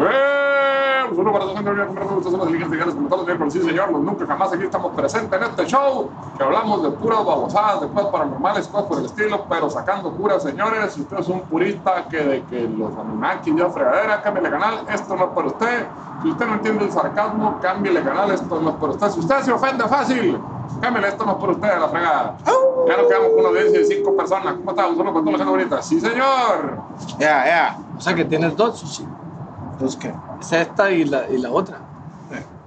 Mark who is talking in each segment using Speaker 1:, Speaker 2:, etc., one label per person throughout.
Speaker 1: ¡Eh! Pues uno para dos, uno para dos, estas son las ligas legales como todos bien, pero sí, señor, los nunca jamás aquí estamos presentes en este show que hablamos de puras babosadas, de cosas paranormales, cosas por el estilo, pero sacando curas, señores. Si usted es un purista que de que los Anunnaki ya fregadera, cámbiale canal, esto no es para usted. Si usted no entiende el sarcasmo, cámbiale canal, esto no es para usted. Si usted se ofende fácil, cámbiale, esto no es para usted, a la fregada. Ya nos quedamos con una audiencia de cinco personas. ¿Cómo estamos? Solo con toda la gente bonita. Sí, señor.
Speaker 2: Ya, ya. O sea que tienes dos sushi. ¿Dos qué? Es esta y la, y la otra.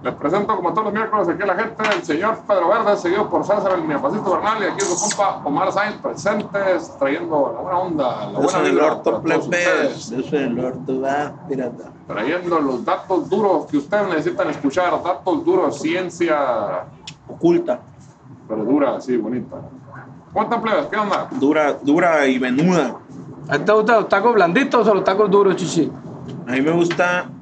Speaker 1: Les presento como todos los miércoles aquí a la gente el señor Pedro Verde, seguido por César el Miapacito Bernal y aquí su compa Omar Sainz presentes, trayendo la buena onda, la
Speaker 3: Eso
Speaker 1: buena
Speaker 3: es el
Speaker 1: vibra para
Speaker 3: orto,
Speaker 1: todos
Speaker 3: plebes.
Speaker 1: ustedes,
Speaker 3: Eso es el orto, va, pirata.
Speaker 1: trayendo los datos duros que ustedes necesitan escuchar, datos duros, ciencia,
Speaker 3: Oculta,
Speaker 1: pero dura, sí, bonita. ¿Cómo están plebes? ¿Qué onda?
Speaker 3: dura, dura y venuda.
Speaker 2: ¿A ti te gustan los tacos blanditos o los tacos duros, chichi?
Speaker 3: A mí me gustan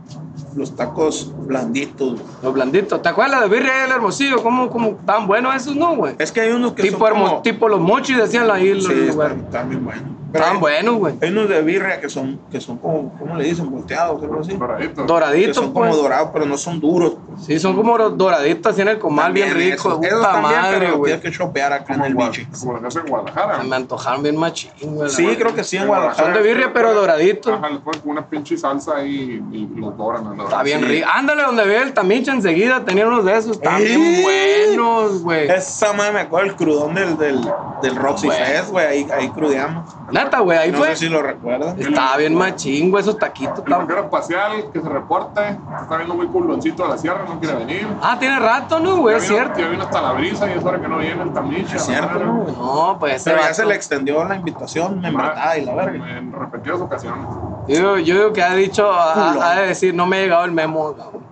Speaker 3: los tacos blanditos. güey.
Speaker 2: Los blanditos. ¿Te acuerdas de Birria del Hermosillo? ¿Cómo, cómo tan buenos esos, no, güey?
Speaker 3: Es que hay unos que
Speaker 2: Tipo,
Speaker 3: son
Speaker 2: hermo-
Speaker 3: como...
Speaker 2: tipo los mochis, decían ahí los
Speaker 3: Sí,
Speaker 2: lugares.
Speaker 3: están, están bien buenos. Pero
Speaker 2: Estaban
Speaker 3: hay-
Speaker 2: buenos, güey.
Speaker 3: Hay unos de birria que son, que son como, ¿cómo le dicen? Volteados, algo así.
Speaker 1: Doradito.
Speaker 3: Que
Speaker 2: Doraditos,
Speaker 3: son como
Speaker 2: pues.
Speaker 3: dorados, pero no son duros.
Speaker 2: Sí, son como los doraditos así en el comal, bien
Speaker 3: También
Speaker 2: rico.
Speaker 3: esos- esos
Speaker 2: Puta
Speaker 3: también, pero
Speaker 2: madre,
Speaker 3: los
Speaker 2: güey.
Speaker 3: Tienes que chopear acá en
Speaker 1: Como,
Speaker 3: el
Speaker 1: Gua-
Speaker 3: biche.
Speaker 1: como lo que hacen en Guadalajara.
Speaker 2: Me antojaron bien machín, güey. la
Speaker 3: Sí,
Speaker 2: madre.
Speaker 3: creo que sí, en
Speaker 1: En
Speaker 3: Guadalajara.
Speaker 2: Son de birria, pero doraditos.
Speaker 1: Ajá, les ponen como una pinche salsa y, y los doran. ¿no?
Speaker 2: Está bien
Speaker 1: Sí.
Speaker 2: rico. Ándale donde ve el tamiche enseguida, tenía unos de esos. Están bien
Speaker 3: ¡Eh!
Speaker 2: buenos, güey.
Speaker 3: Esa madre me acuerdo el crudón del, del, del Roxy
Speaker 2: Bueno.
Speaker 3: Fest, güey. Ahí, ahí crudeamos.
Speaker 2: Neta, güey, ahí
Speaker 3: no
Speaker 2: fue.
Speaker 3: sé si lo recuerdan.
Speaker 2: Estaba bien machín, güey, esos taquitos.
Speaker 1: El
Speaker 2: estaban-
Speaker 1: vaquero espacial que se reporte, está viendo muy culoncito a la sierra, no quiere venir.
Speaker 2: Ah, tiene rato, ¿no, güey?
Speaker 1: Ya
Speaker 2: Es
Speaker 1: vino-
Speaker 2: cierto.
Speaker 1: Ya vino hasta la brisa y es hora que no viene el tamiche.
Speaker 3: Es
Speaker 1: la
Speaker 3: cierto,
Speaker 1: madre.
Speaker 3: ¿no, güey?
Speaker 2: No, pues ese
Speaker 3: Pero ya
Speaker 2: vato-
Speaker 3: se le extendió la invitación, me embrataba y la verga.
Speaker 1: En repetidas ocasiones.
Speaker 2: Yo, yo digo que ha dicho, ha-
Speaker 3: Culo.
Speaker 2: ha, ha de decir, no me ha llegado el memo, cabrón.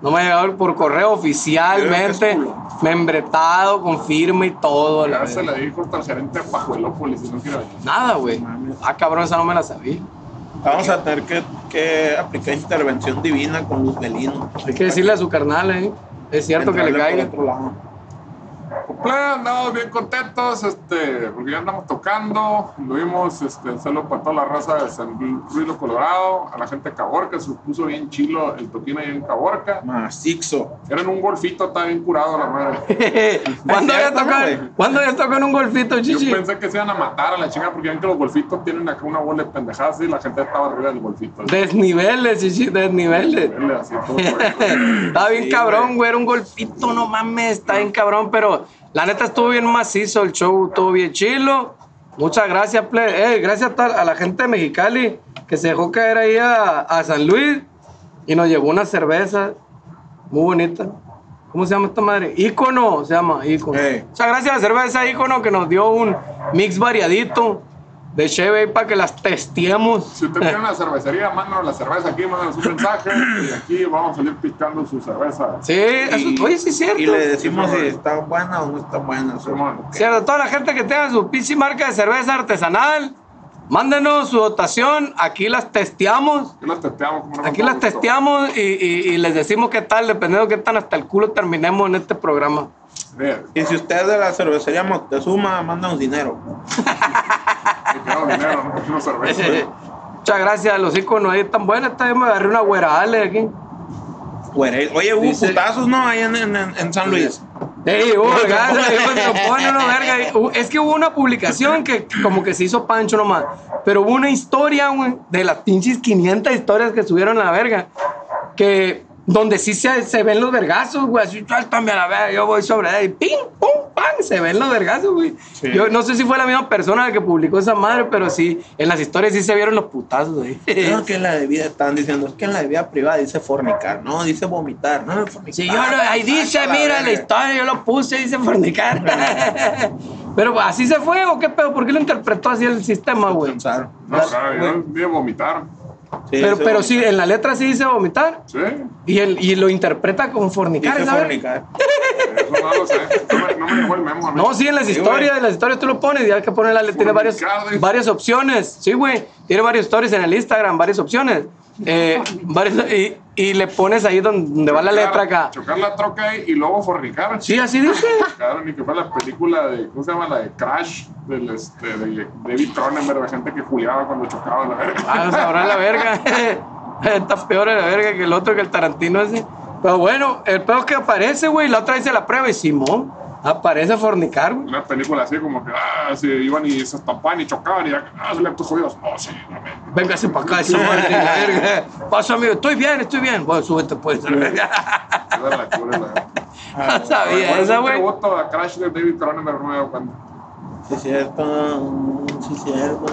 Speaker 2: No me ha llegado el- por correo oficialmente,
Speaker 3: Yo digo que es
Speaker 2: membretado, con firma y todo. la
Speaker 1: Ya se
Speaker 2: verga.
Speaker 1: le dijo hasta el gerente de Pajuelópolis y no quiere venir.
Speaker 2: Nada, güey.
Speaker 3: Mames.
Speaker 2: Ah, cabrón, esa no me la sabía.
Speaker 3: Vamos a tener que, que aplicar intervención divina con Luz Belino.
Speaker 2: Hay que decirle a su carnal, ¿eh? Es cierto que le
Speaker 3: Entrarle
Speaker 2: caiga.
Speaker 3: por otro lado.
Speaker 1: Plan, Pues, andamos bien contentos, este, porque ya andamos tocando. Lo vimos, este, un saludo para toda la raza de San Ruido, Colorado, a la gente de Caborca, se puso bien chilo el toquín ahí en Caborca.
Speaker 3: Macizo.
Speaker 1: Eran un golfito, está bien curado la madre.
Speaker 2: ¿Cuándo
Speaker 3: Es
Speaker 2: habías
Speaker 3: cierto,
Speaker 2: tocado,
Speaker 3: ¿no, güey?
Speaker 2: ¿cuándo habías tocado en un golfito,
Speaker 1: Yo
Speaker 2: chichi?
Speaker 1: pensé que se iban a matar a la chica porque ven que los golfitos tienen acá una bola de pendejadas y la gente estaba arriba del golfito.
Speaker 2: Desniveles, chichi, desniveles.
Speaker 1: Verle así todo por-
Speaker 2: Está bien
Speaker 3: Sí,
Speaker 2: cabrón,
Speaker 3: güey.
Speaker 2: güey, era un golfito, no mames, está bien cabrón, pero la neta estuvo bien macizo, el show estuvo bien chilo. Muchas gracias, ple- eh, gracias a, tal- a la gente de Mexicali que se dejó caer ahí a, a San Luis y nos llevó una cerveza muy bonita. ¿Cómo se llama esta madre? Ícono, se llama Ícono.
Speaker 3: Ey.
Speaker 2: Muchas gracias a la cerveza Ícono que nos dio un mix variadito de Cheve para que las testeemos.
Speaker 1: Si usted tiene una cervecería, mándanos la cerveza aquí, mándanos un mensaje y aquí vamos a salir picando su cerveza.
Speaker 2: Sí, Eh, eso-
Speaker 3: Y-
Speaker 2: oye, sí es cierto.
Speaker 3: Y le decimos este, si está buena o no está buena.
Speaker 1: Sí, man.
Speaker 2: Cierto, toda la gente que tenga su pinche marca de cerveza artesanal, mándenos su dotación, aquí las testeamos,
Speaker 1: Aquí las testeamos. como no
Speaker 2: aquí
Speaker 1: nos
Speaker 2: las
Speaker 1: gusta.
Speaker 2: testeamos y, y- y les decimos qué tal, dependiendo de qué tan hasta el culo terminemos en este programa.
Speaker 1: Bien,
Speaker 3: Y si usted es de la cervecería Moctezuma, mándanos dinero.
Speaker 1: me quedo dinero, no quiero cerveza.
Speaker 3: Pues,
Speaker 2: Muchas gracias, los iconos ahí tan buenos, esta vez me agarré una güera Ale aquí.
Speaker 3: Güere- Oye, hubo
Speaker 2: Dice-
Speaker 3: putazos, ¿no? Ahí en, en, en San Luis.
Speaker 2: Ey, oh,
Speaker 3: No te
Speaker 2: gracias,
Speaker 3: pones.
Speaker 2: hijo, te lo pone una verga. Y, uh, Es que hubo una publicación que como que se hizo pancho nomás, pero hubo una historia, güey, de las pinches 500 historias que subieron a la verga, que donde sí se, se ven los vergazos, güey, así, suéltame a la verga, yo voy sobre ahí, pim, pum, pam, se ven los vergazos, güey.
Speaker 3: Sí.
Speaker 2: Yo no sé si fue la misma persona la que publicó esa madre, pero sí, en las historias sí se vieron los putazos, ahí.
Speaker 3: No, que en la de vida están diciendo, es que en la de vida privada dice fornicar, no, dice vomitar, no, fornicar.
Speaker 2: Sí, yo lo, ahí dice,
Speaker 3: Saca la
Speaker 2: mira la
Speaker 3: verga.
Speaker 2: historia, yo lo puse, dice fornicar. Pero así
Speaker 3: Ah,
Speaker 2: se fue o qué pedo, ¿por qué lo interpretó así el sistema, güey?
Speaker 3: Pensaron.
Speaker 1: No,
Speaker 2: La-
Speaker 1: sabe, yo
Speaker 2: güey.
Speaker 1: voy a vomitar.
Speaker 2: pero,
Speaker 3: dice
Speaker 2: pero
Speaker 3: vomitar.
Speaker 2: sí, en la letra sí dice vomitar
Speaker 1: Sí, eso
Speaker 2: y, el, y lo interpreta como fornicar,
Speaker 3: Dice
Speaker 2: ¿sabes?
Speaker 3: fornicar.
Speaker 1: no lo sé. No me, no me dejó el memo a mí.
Speaker 2: No, sí, en las
Speaker 3: Sí,
Speaker 2: historias,
Speaker 3: güey.
Speaker 2: en las historias tú lo pones, ya que poner la tiene
Speaker 1: Fornicar,
Speaker 2: varias,
Speaker 1: dice.
Speaker 2: varias opciones. Sí, güey, tiene varias stories en el Instagram, varias opciones. Eh, varias- y, y le pones ahí donde, va la letra acá.
Speaker 1: Chocar la troca y luego fornicar.
Speaker 2: Sí, así dice.
Speaker 1: Claro, ni que fuera la película de, ¿cómo se llama? La de Crash, del, este, de David Cronenberg, la gente que juliaba cuando chocaba la verga.
Speaker 2: Ah, sabrá la verga. Está peor a la verga que el otro, que el Tarantino ese. Pero bueno, el peor que aparece, güey, la otra dice la prueba y Simón aparece a fornicar, güey.
Speaker 1: Una película así como que, ah, se iban y se estampaban y chocaban y ya, ah, se le tus jodidos. Oh, sí, no me-
Speaker 2: Véngase para acá, esa madre, la verga. Pasa, amigo, estoy bien, estoy bien. Bueno, súbete, pues. la verga.
Speaker 1: me da la cura, la verga.
Speaker 3: Ah,
Speaker 2: No sabía
Speaker 1: Bueno,
Speaker 2: esa,
Speaker 1: es un
Speaker 2: güey.
Speaker 1: tributo a Crash de David Cronenberg, no me doy cuenta.
Speaker 3: Sí, es cierto. mm, Sí, es cierto.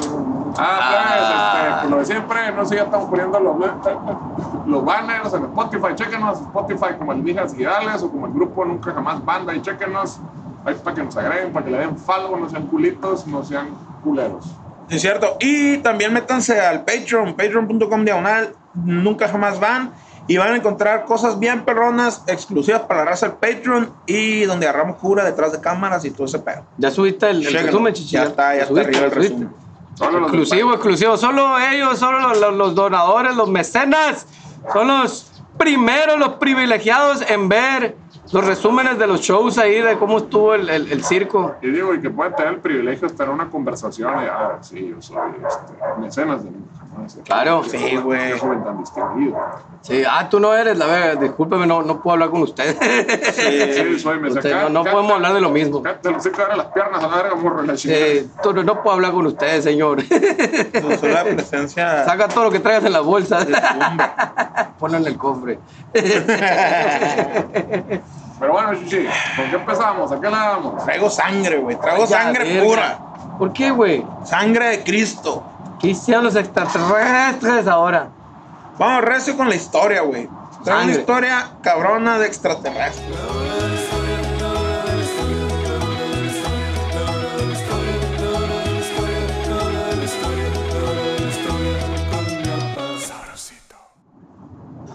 Speaker 1: Ah,
Speaker 2: Ah.
Speaker 1: pues, este, pues, lo de siempre, no sé, ya estamos poniendo los, eh, los banners en Spotify, chequenos Spotify como Almijas Guirales o como el grupo Nunca Jamás Banda y chequenos ahí para que nos agreguen, para que le den follow, no sean culitos, no sean culeros.
Speaker 3: Sí, es cierto. Y también métanse al Patreon, patreon.com diagonal, nunca jamás van. Y van a encontrar cosas bien perronas, exclusivas para la raza del Patreon y donde agarramos cura detrás de cámaras y todo ese pedo.
Speaker 2: Ya subiste el, el
Speaker 3: Chécalo.
Speaker 2: resumen, chichi.
Speaker 3: Ya está, ya
Speaker 2: Lo
Speaker 3: está
Speaker 2: subiste,
Speaker 3: arriba el
Speaker 2: lo subiste.
Speaker 3: resumen.
Speaker 1: Solo los del
Speaker 2: Exclusivo, exclusivo. Solo ellos, solo los, los- los donadores, los mecenas, son los primeros, los privilegiados en ver los resúmenes de los shows ahí, de cómo estuvo el, el- el circo.
Speaker 1: Y digo, y que pueden tener el privilegio de estar en una conversación. y, ah, sí, yo soy este, mecenas de nunca jamás.
Speaker 2: Claro.
Speaker 3: Sí, güey.
Speaker 1: Qué joven tan distinguido.
Speaker 2: Sí, ah, tú no eres, la verdad, discúlpeme, no, no puedo hablar con ustedes.
Speaker 1: Sí, soy
Speaker 2: Usted,
Speaker 1: mecenas.
Speaker 2: no, no podemos hablar de lo mismo.
Speaker 1: Te lo sé que ahora las piernas a la verga, morro, la chingada.
Speaker 2: Eh, tú no, no puedo hablar con ustedes, señor.
Speaker 3: Con solo la presencia
Speaker 2: Saca todo lo que traigas en la bolsa.
Speaker 3: de su hombre.
Speaker 2: Ponlo en el cofre.
Speaker 1: Pero bueno, Chichi, ¿con qué empezamos? ¿A qué le damos?
Speaker 3: Traigo sangre, güey. Traigo
Speaker 2: Ya,
Speaker 3: sangre
Speaker 2: verga.
Speaker 3: pura.
Speaker 2: ¿Por qué, güey?
Speaker 3: Sangre de Cristo.
Speaker 2: ¿Qué hicieron los extraterrestres ahora?
Speaker 3: Vamos recio con la historia, güey. Traigo una
Speaker 2: Sangre.
Speaker 3: historia cabrona de extraterrestres.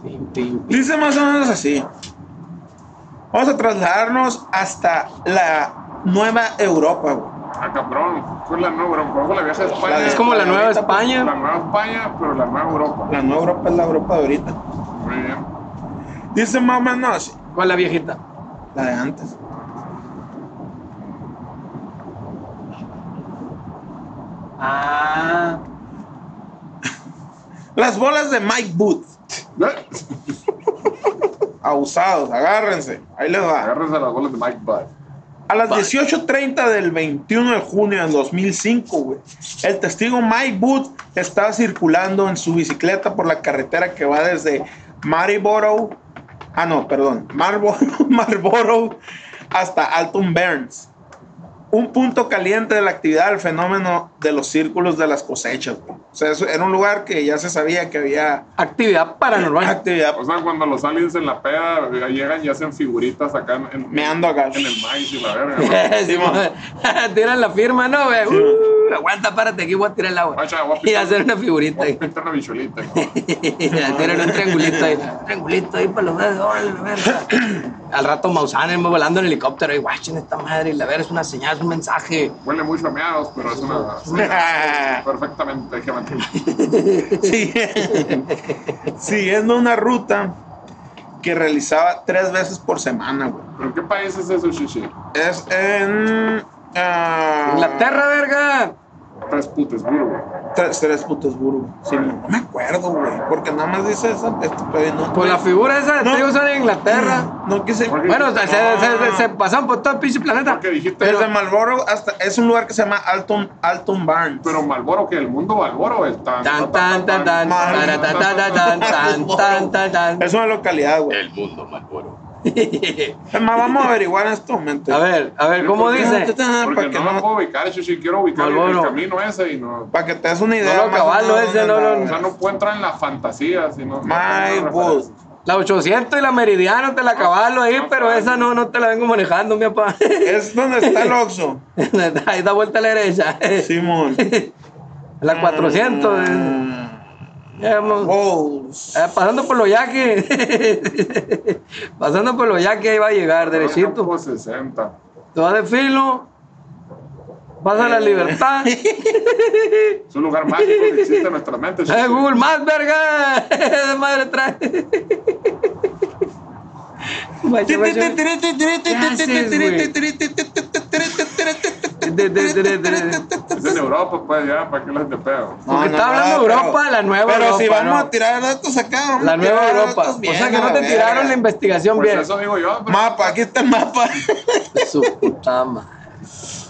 Speaker 2: Pim, pim.
Speaker 3: Dice más o menos así. Vamos a trasladarnos hasta la nueva Europa, güey.
Speaker 1: Ah, cabrón. ¿Cuál es la nueva Europa? ¿Cuál es la vieja España?
Speaker 3: La
Speaker 2: Es como la
Speaker 3: Ahorita,
Speaker 2: Nueva
Speaker 3: pues,
Speaker 1: La
Speaker 2: España.
Speaker 1: nueva España, pero la nueva Europa.
Speaker 3: La nueva Europa es la Europa de ahorita.
Speaker 1: Muy bien.
Speaker 3: Dice más o menos así.
Speaker 2: ¿Cuál la viejita?
Speaker 3: La de antes.
Speaker 2: Ah.
Speaker 3: Las bolas de Mike Booth.
Speaker 1: ¿Eh?
Speaker 3: Abusados, agárrense. Ahí les va.
Speaker 1: Agárrense las bolas de Mike Butt.
Speaker 3: A las
Speaker 2: Bye.
Speaker 3: 18.30 del 21 de junio del 2005, güey, el testigo Mike Booth estaba circulando en su bicicleta por la carretera que va desde Maryborough, ah no, perdón, Marlborough, Marlborough hasta Alton Burns. Un punto caliente de la actividad del fenómeno de los círculos de las cosechas, güey. O sea, eso era un lugar que ya se sabía que había
Speaker 2: Actividad paranormal.
Speaker 3: actividad. pues,
Speaker 1: O sea, cuando los aliens en la peda eh, llegan y hacen figuritas acá en, en-
Speaker 3: Meando acá.
Speaker 1: en el maíz y la verga. ¿no?
Speaker 2: Sí, mo. Tiran la firma, ¿no, güey? Uh, aguanta, párate aquí, voy a tirar el agua.
Speaker 1: Guacha, voy a
Speaker 2: Y
Speaker 1: picar-
Speaker 2: hacer una figurita
Speaker 1: Voy a
Speaker 2: ahí.
Speaker 1: pintar una bichuelita.
Speaker 2: Tiran un triangulito ahí. Triangulito ahí para los dedos. órale, la verga. Al rato Mausana volando en helicóptero. Y guachen esta madre. Y la verga es una señal, es un mensaje.
Speaker 1: Huele mucho a meados, pero es una... Perfectamente geométrica.
Speaker 3: Sí. Siguiendo una ruta que realizaba tres veces por semana, güey.
Speaker 1: ¿Pero qué país es eso, Chichi?
Speaker 3: Es en. ah,
Speaker 2: Inglaterra, verga.
Speaker 1: Tres Putesburgo.
Speaker 3: Tres, tres Putesburgo. Sí, no me acuerdo, güey. Porque nada más dice eso. Este, pero no,
Speaker 2: Pues la figura esa de
Speaker 3: No.
Speaker 2: trigo son en Inglaterra.
Speaker 3: No quise.
Speaker 1: Porque-
Speaker 2: Bueno, se, se- se- se
Speaker 3: No.
Speaker 2: pasaron por todo el pinche planeta.
Speaker 1: Porque dijiste...
Speaker 3: Desde Marlboro hasta. Es un lugar que se llama Alton, Alton Barn.
Speaker 1: Pero Malboro, que el mundo Malboro es tan.
Speaker 2: Tan, tan, tan, tan, tan, tan, tan, tan, tan, tan, tan, tan.
Speaker 3: Es una localidad, güey. El mundo Marlboro. Es más, vamos a averiguar en este momento.
Speaker 2: A ver, a ver, ¿cómo dice?
Speaker 3: Para
Speaker 1: Porque
Speaker 3: que
Speaker 1: no me
Speaker 3: no-
Speaker 1: puedo ubicar, yo sí quiero ubicar el- el
Speaker 2: Malboro.
Speaker 1: camino ese y no.
Speaker 3: para que te des una idea.
Speaker 2: No lo
Speaker 3: más o
Speaker 2: acabalo
Speaker 3: menos
Speaker 2: ese,
Speaker 3: dónde
Speaker 2: no lo-
Speaker 1: O
Speaker 3: andaba, güey.
Speaker 1: sea, no puedo entrar en la fantasía, sino.
Speaker 3: My Booth.
Speaker 2: La 800 y la Meridiana te la acabalo ahí, pero esa no, no te la vengo manejando, mi papá.
Speaker 3: Es donde está el Oxxo.
Speaker 2: Ahí da vuelta a la derecha.
Speaker 3: Simón.
Speaker 2: La 400. eh.
Speaker 3: Mm.
Speaker 2: Ya vamos.
Speaker 3: Wow.
Speaker 2: Ah, pasando por los yaques. pasando por los yaques, ahí va a llegar, derechito.
Speaker 1: Campo 60.
Speaker 2: Te vas de filo. Vas a la libertad.
Speaker 1: Es un lugar mágico que existe en nuestra mente.
Speaker 2: ¡Eh, Google Maps, verga! ¡De madre trae! Guacha, guacha. De- de- de- de- de-
Speaker 1: Es en Europa, pues, ya, ¿para qué les de pedo? Pues,
Speaker 2: Porque está hablando de Europa, la nueva
Speaker 3: pero Pero si
Speaker 2: Europa,
Speaker 3: vamos
Speaker 2: ¿no?
Speaker 3: a tirar datos acá, vamos
Speaker 2: La
Speaker 3: a
Speaker 2: nueva
Speaker 3: tirar
Speaker 2: Europa.
Speaker 3: datos
Speaker 2: O
Speaker 3: bien,
Speaker 2: sea que
Speaker 3: a
Speaker 2: no te
Speaker 3: verga.
Speaker 2: tiraron la investigación
Speaker 1: Pues
Speaker 2: bien.
Speaker 1: eso digo yo, pero-
Speaker 3: Mapa, aquí está el mapa.
Speaker 2: Su puta madre.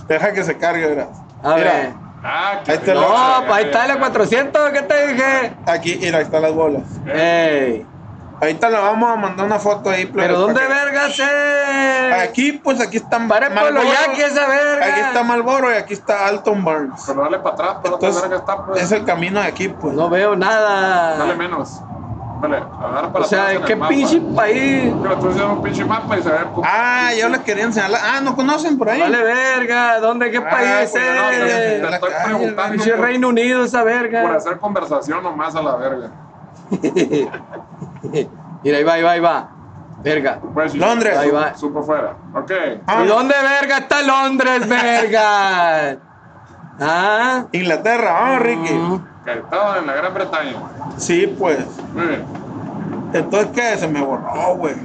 Speaker 3: Deja que se cargue, mira.
Speaker 2: A
Speaker 3: Mira,
Speaker 2: ver.
Speaker 1: Ah, que
Speaker 3: Ahí está
Speaker 1: no,
Speaker 3: la-
Speaker 2: No,
Speaker 1: ya,
Speaker 2: pues ahí
Speaker 1: ya,
Speaker 2: está
Speaker 1: ya.
Speaker 2: la 400, ¿qué te dije?
Speaker 3: Aquí, mira, ahí están las bolas.
Speaker 2: Ey.
Speaker 3: Ahorita le vamos a mandar una foto ahí.
Speaker 2: Pero ¿dónde
Speaker 3: para
Speaker 2: vergas
Speaker 3: que-
Speaker 2: es?
Speaker 3: Aquí, pues aquí están
Speaker 2: Pare por los yaques, esa verga.
Speaker 3: Aquí está Malboro y aquí está Alton Barnes.
Speaker 1: Pero dale para atrás, pero
Speaker 3: Entonces,
Speaker 1: la que está, pues.
Speaker 3: es el camino de aquí, pues.
Speaker 2: No veo
Speaker 1: Dale
Speaker 2: nada.
Speaker 1: menos. Dale, a dar para
Speaker 2: O sea,
Speaker 1: atrás.
Speaker 2: ¿en qué pinche país?
Speaker 1: Yo le estoy haciendo un pinche mapa y se ve. el puto
Speaker 3: Ah,
Speaker 1: pinche-
Speaker 3: yo les quería enseñar. Ah, ¿no conocen por ahí?
Speaker 2: Vale verga, ¿dónde, qué
Speaker 3: Ah,
Speaker 2: país
Speaker 3: pues, no,
Speaker 1: Te
Speaker 3: Eh, no,
Speaker 2: es?
Speaker 3: no,
Speaker 1: estoy
Speaker 3: la calle,
Speaker 1: preguntando
Speaker 2: Pinche
Speaker 1: por,
Speaker 2: Reino Unido, esa
Speaker 1: por
Speaker 2: verga.
Speaker 1: hacer conversación nomás a la verga.
Speaker 2: Mira, ahí va, ahí va, ahí va. Verga.
Speaker 1: Pues, sí,
Speaker 3: Londres.
Speaker 2: Ahí va.
Speaker 1: Supo fuera. Ok.
Speaker 3: Ah,
Speaker 2: ¿Y dónde verga está Londres, verga? ¿Ah?
Speaker 3: Inglaterra, vamos, Ricky.
Speaker 2: Mm.
Speaker 1: Que estaba en la Gran Bretaña.
Speaker 3: Sí, pues.
Speaker 1: Muy bien.
Speaker 3: Entonces, ¿qué? Se me borró, güey.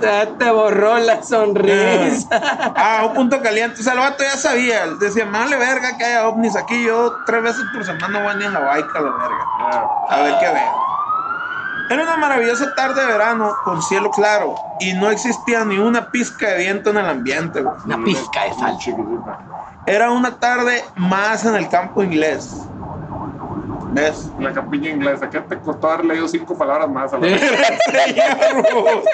Speaker 2: Ya Te borró la sonrisa.
Speaker 3: Ah, un punto caliente. O sea, el vato ya sabía. Él Decía, male verga que haya ovnis aquí. Yo tres veces por semana voy ni en la baica, la verga.
Speaker 1: Ya.
Speaker 3: A ver qué veo. Era una maravillosa tarde de verano con cielo claro y no existía ni una pizca de viento en el ambiente, güey.
Speaker 2: Ah. Una pizca de
Speaker 1: Muy
Speaker 2: sal.
Speaker 1: chiquitita.
Speaker 3: Era una tarde más en el campo inglés. ¿Ves?
Speaker 1: La campiña inglesa. ¿Qué te costó haber leído cinco palabras más a la verga?
Speaker 3: Señor Ruth.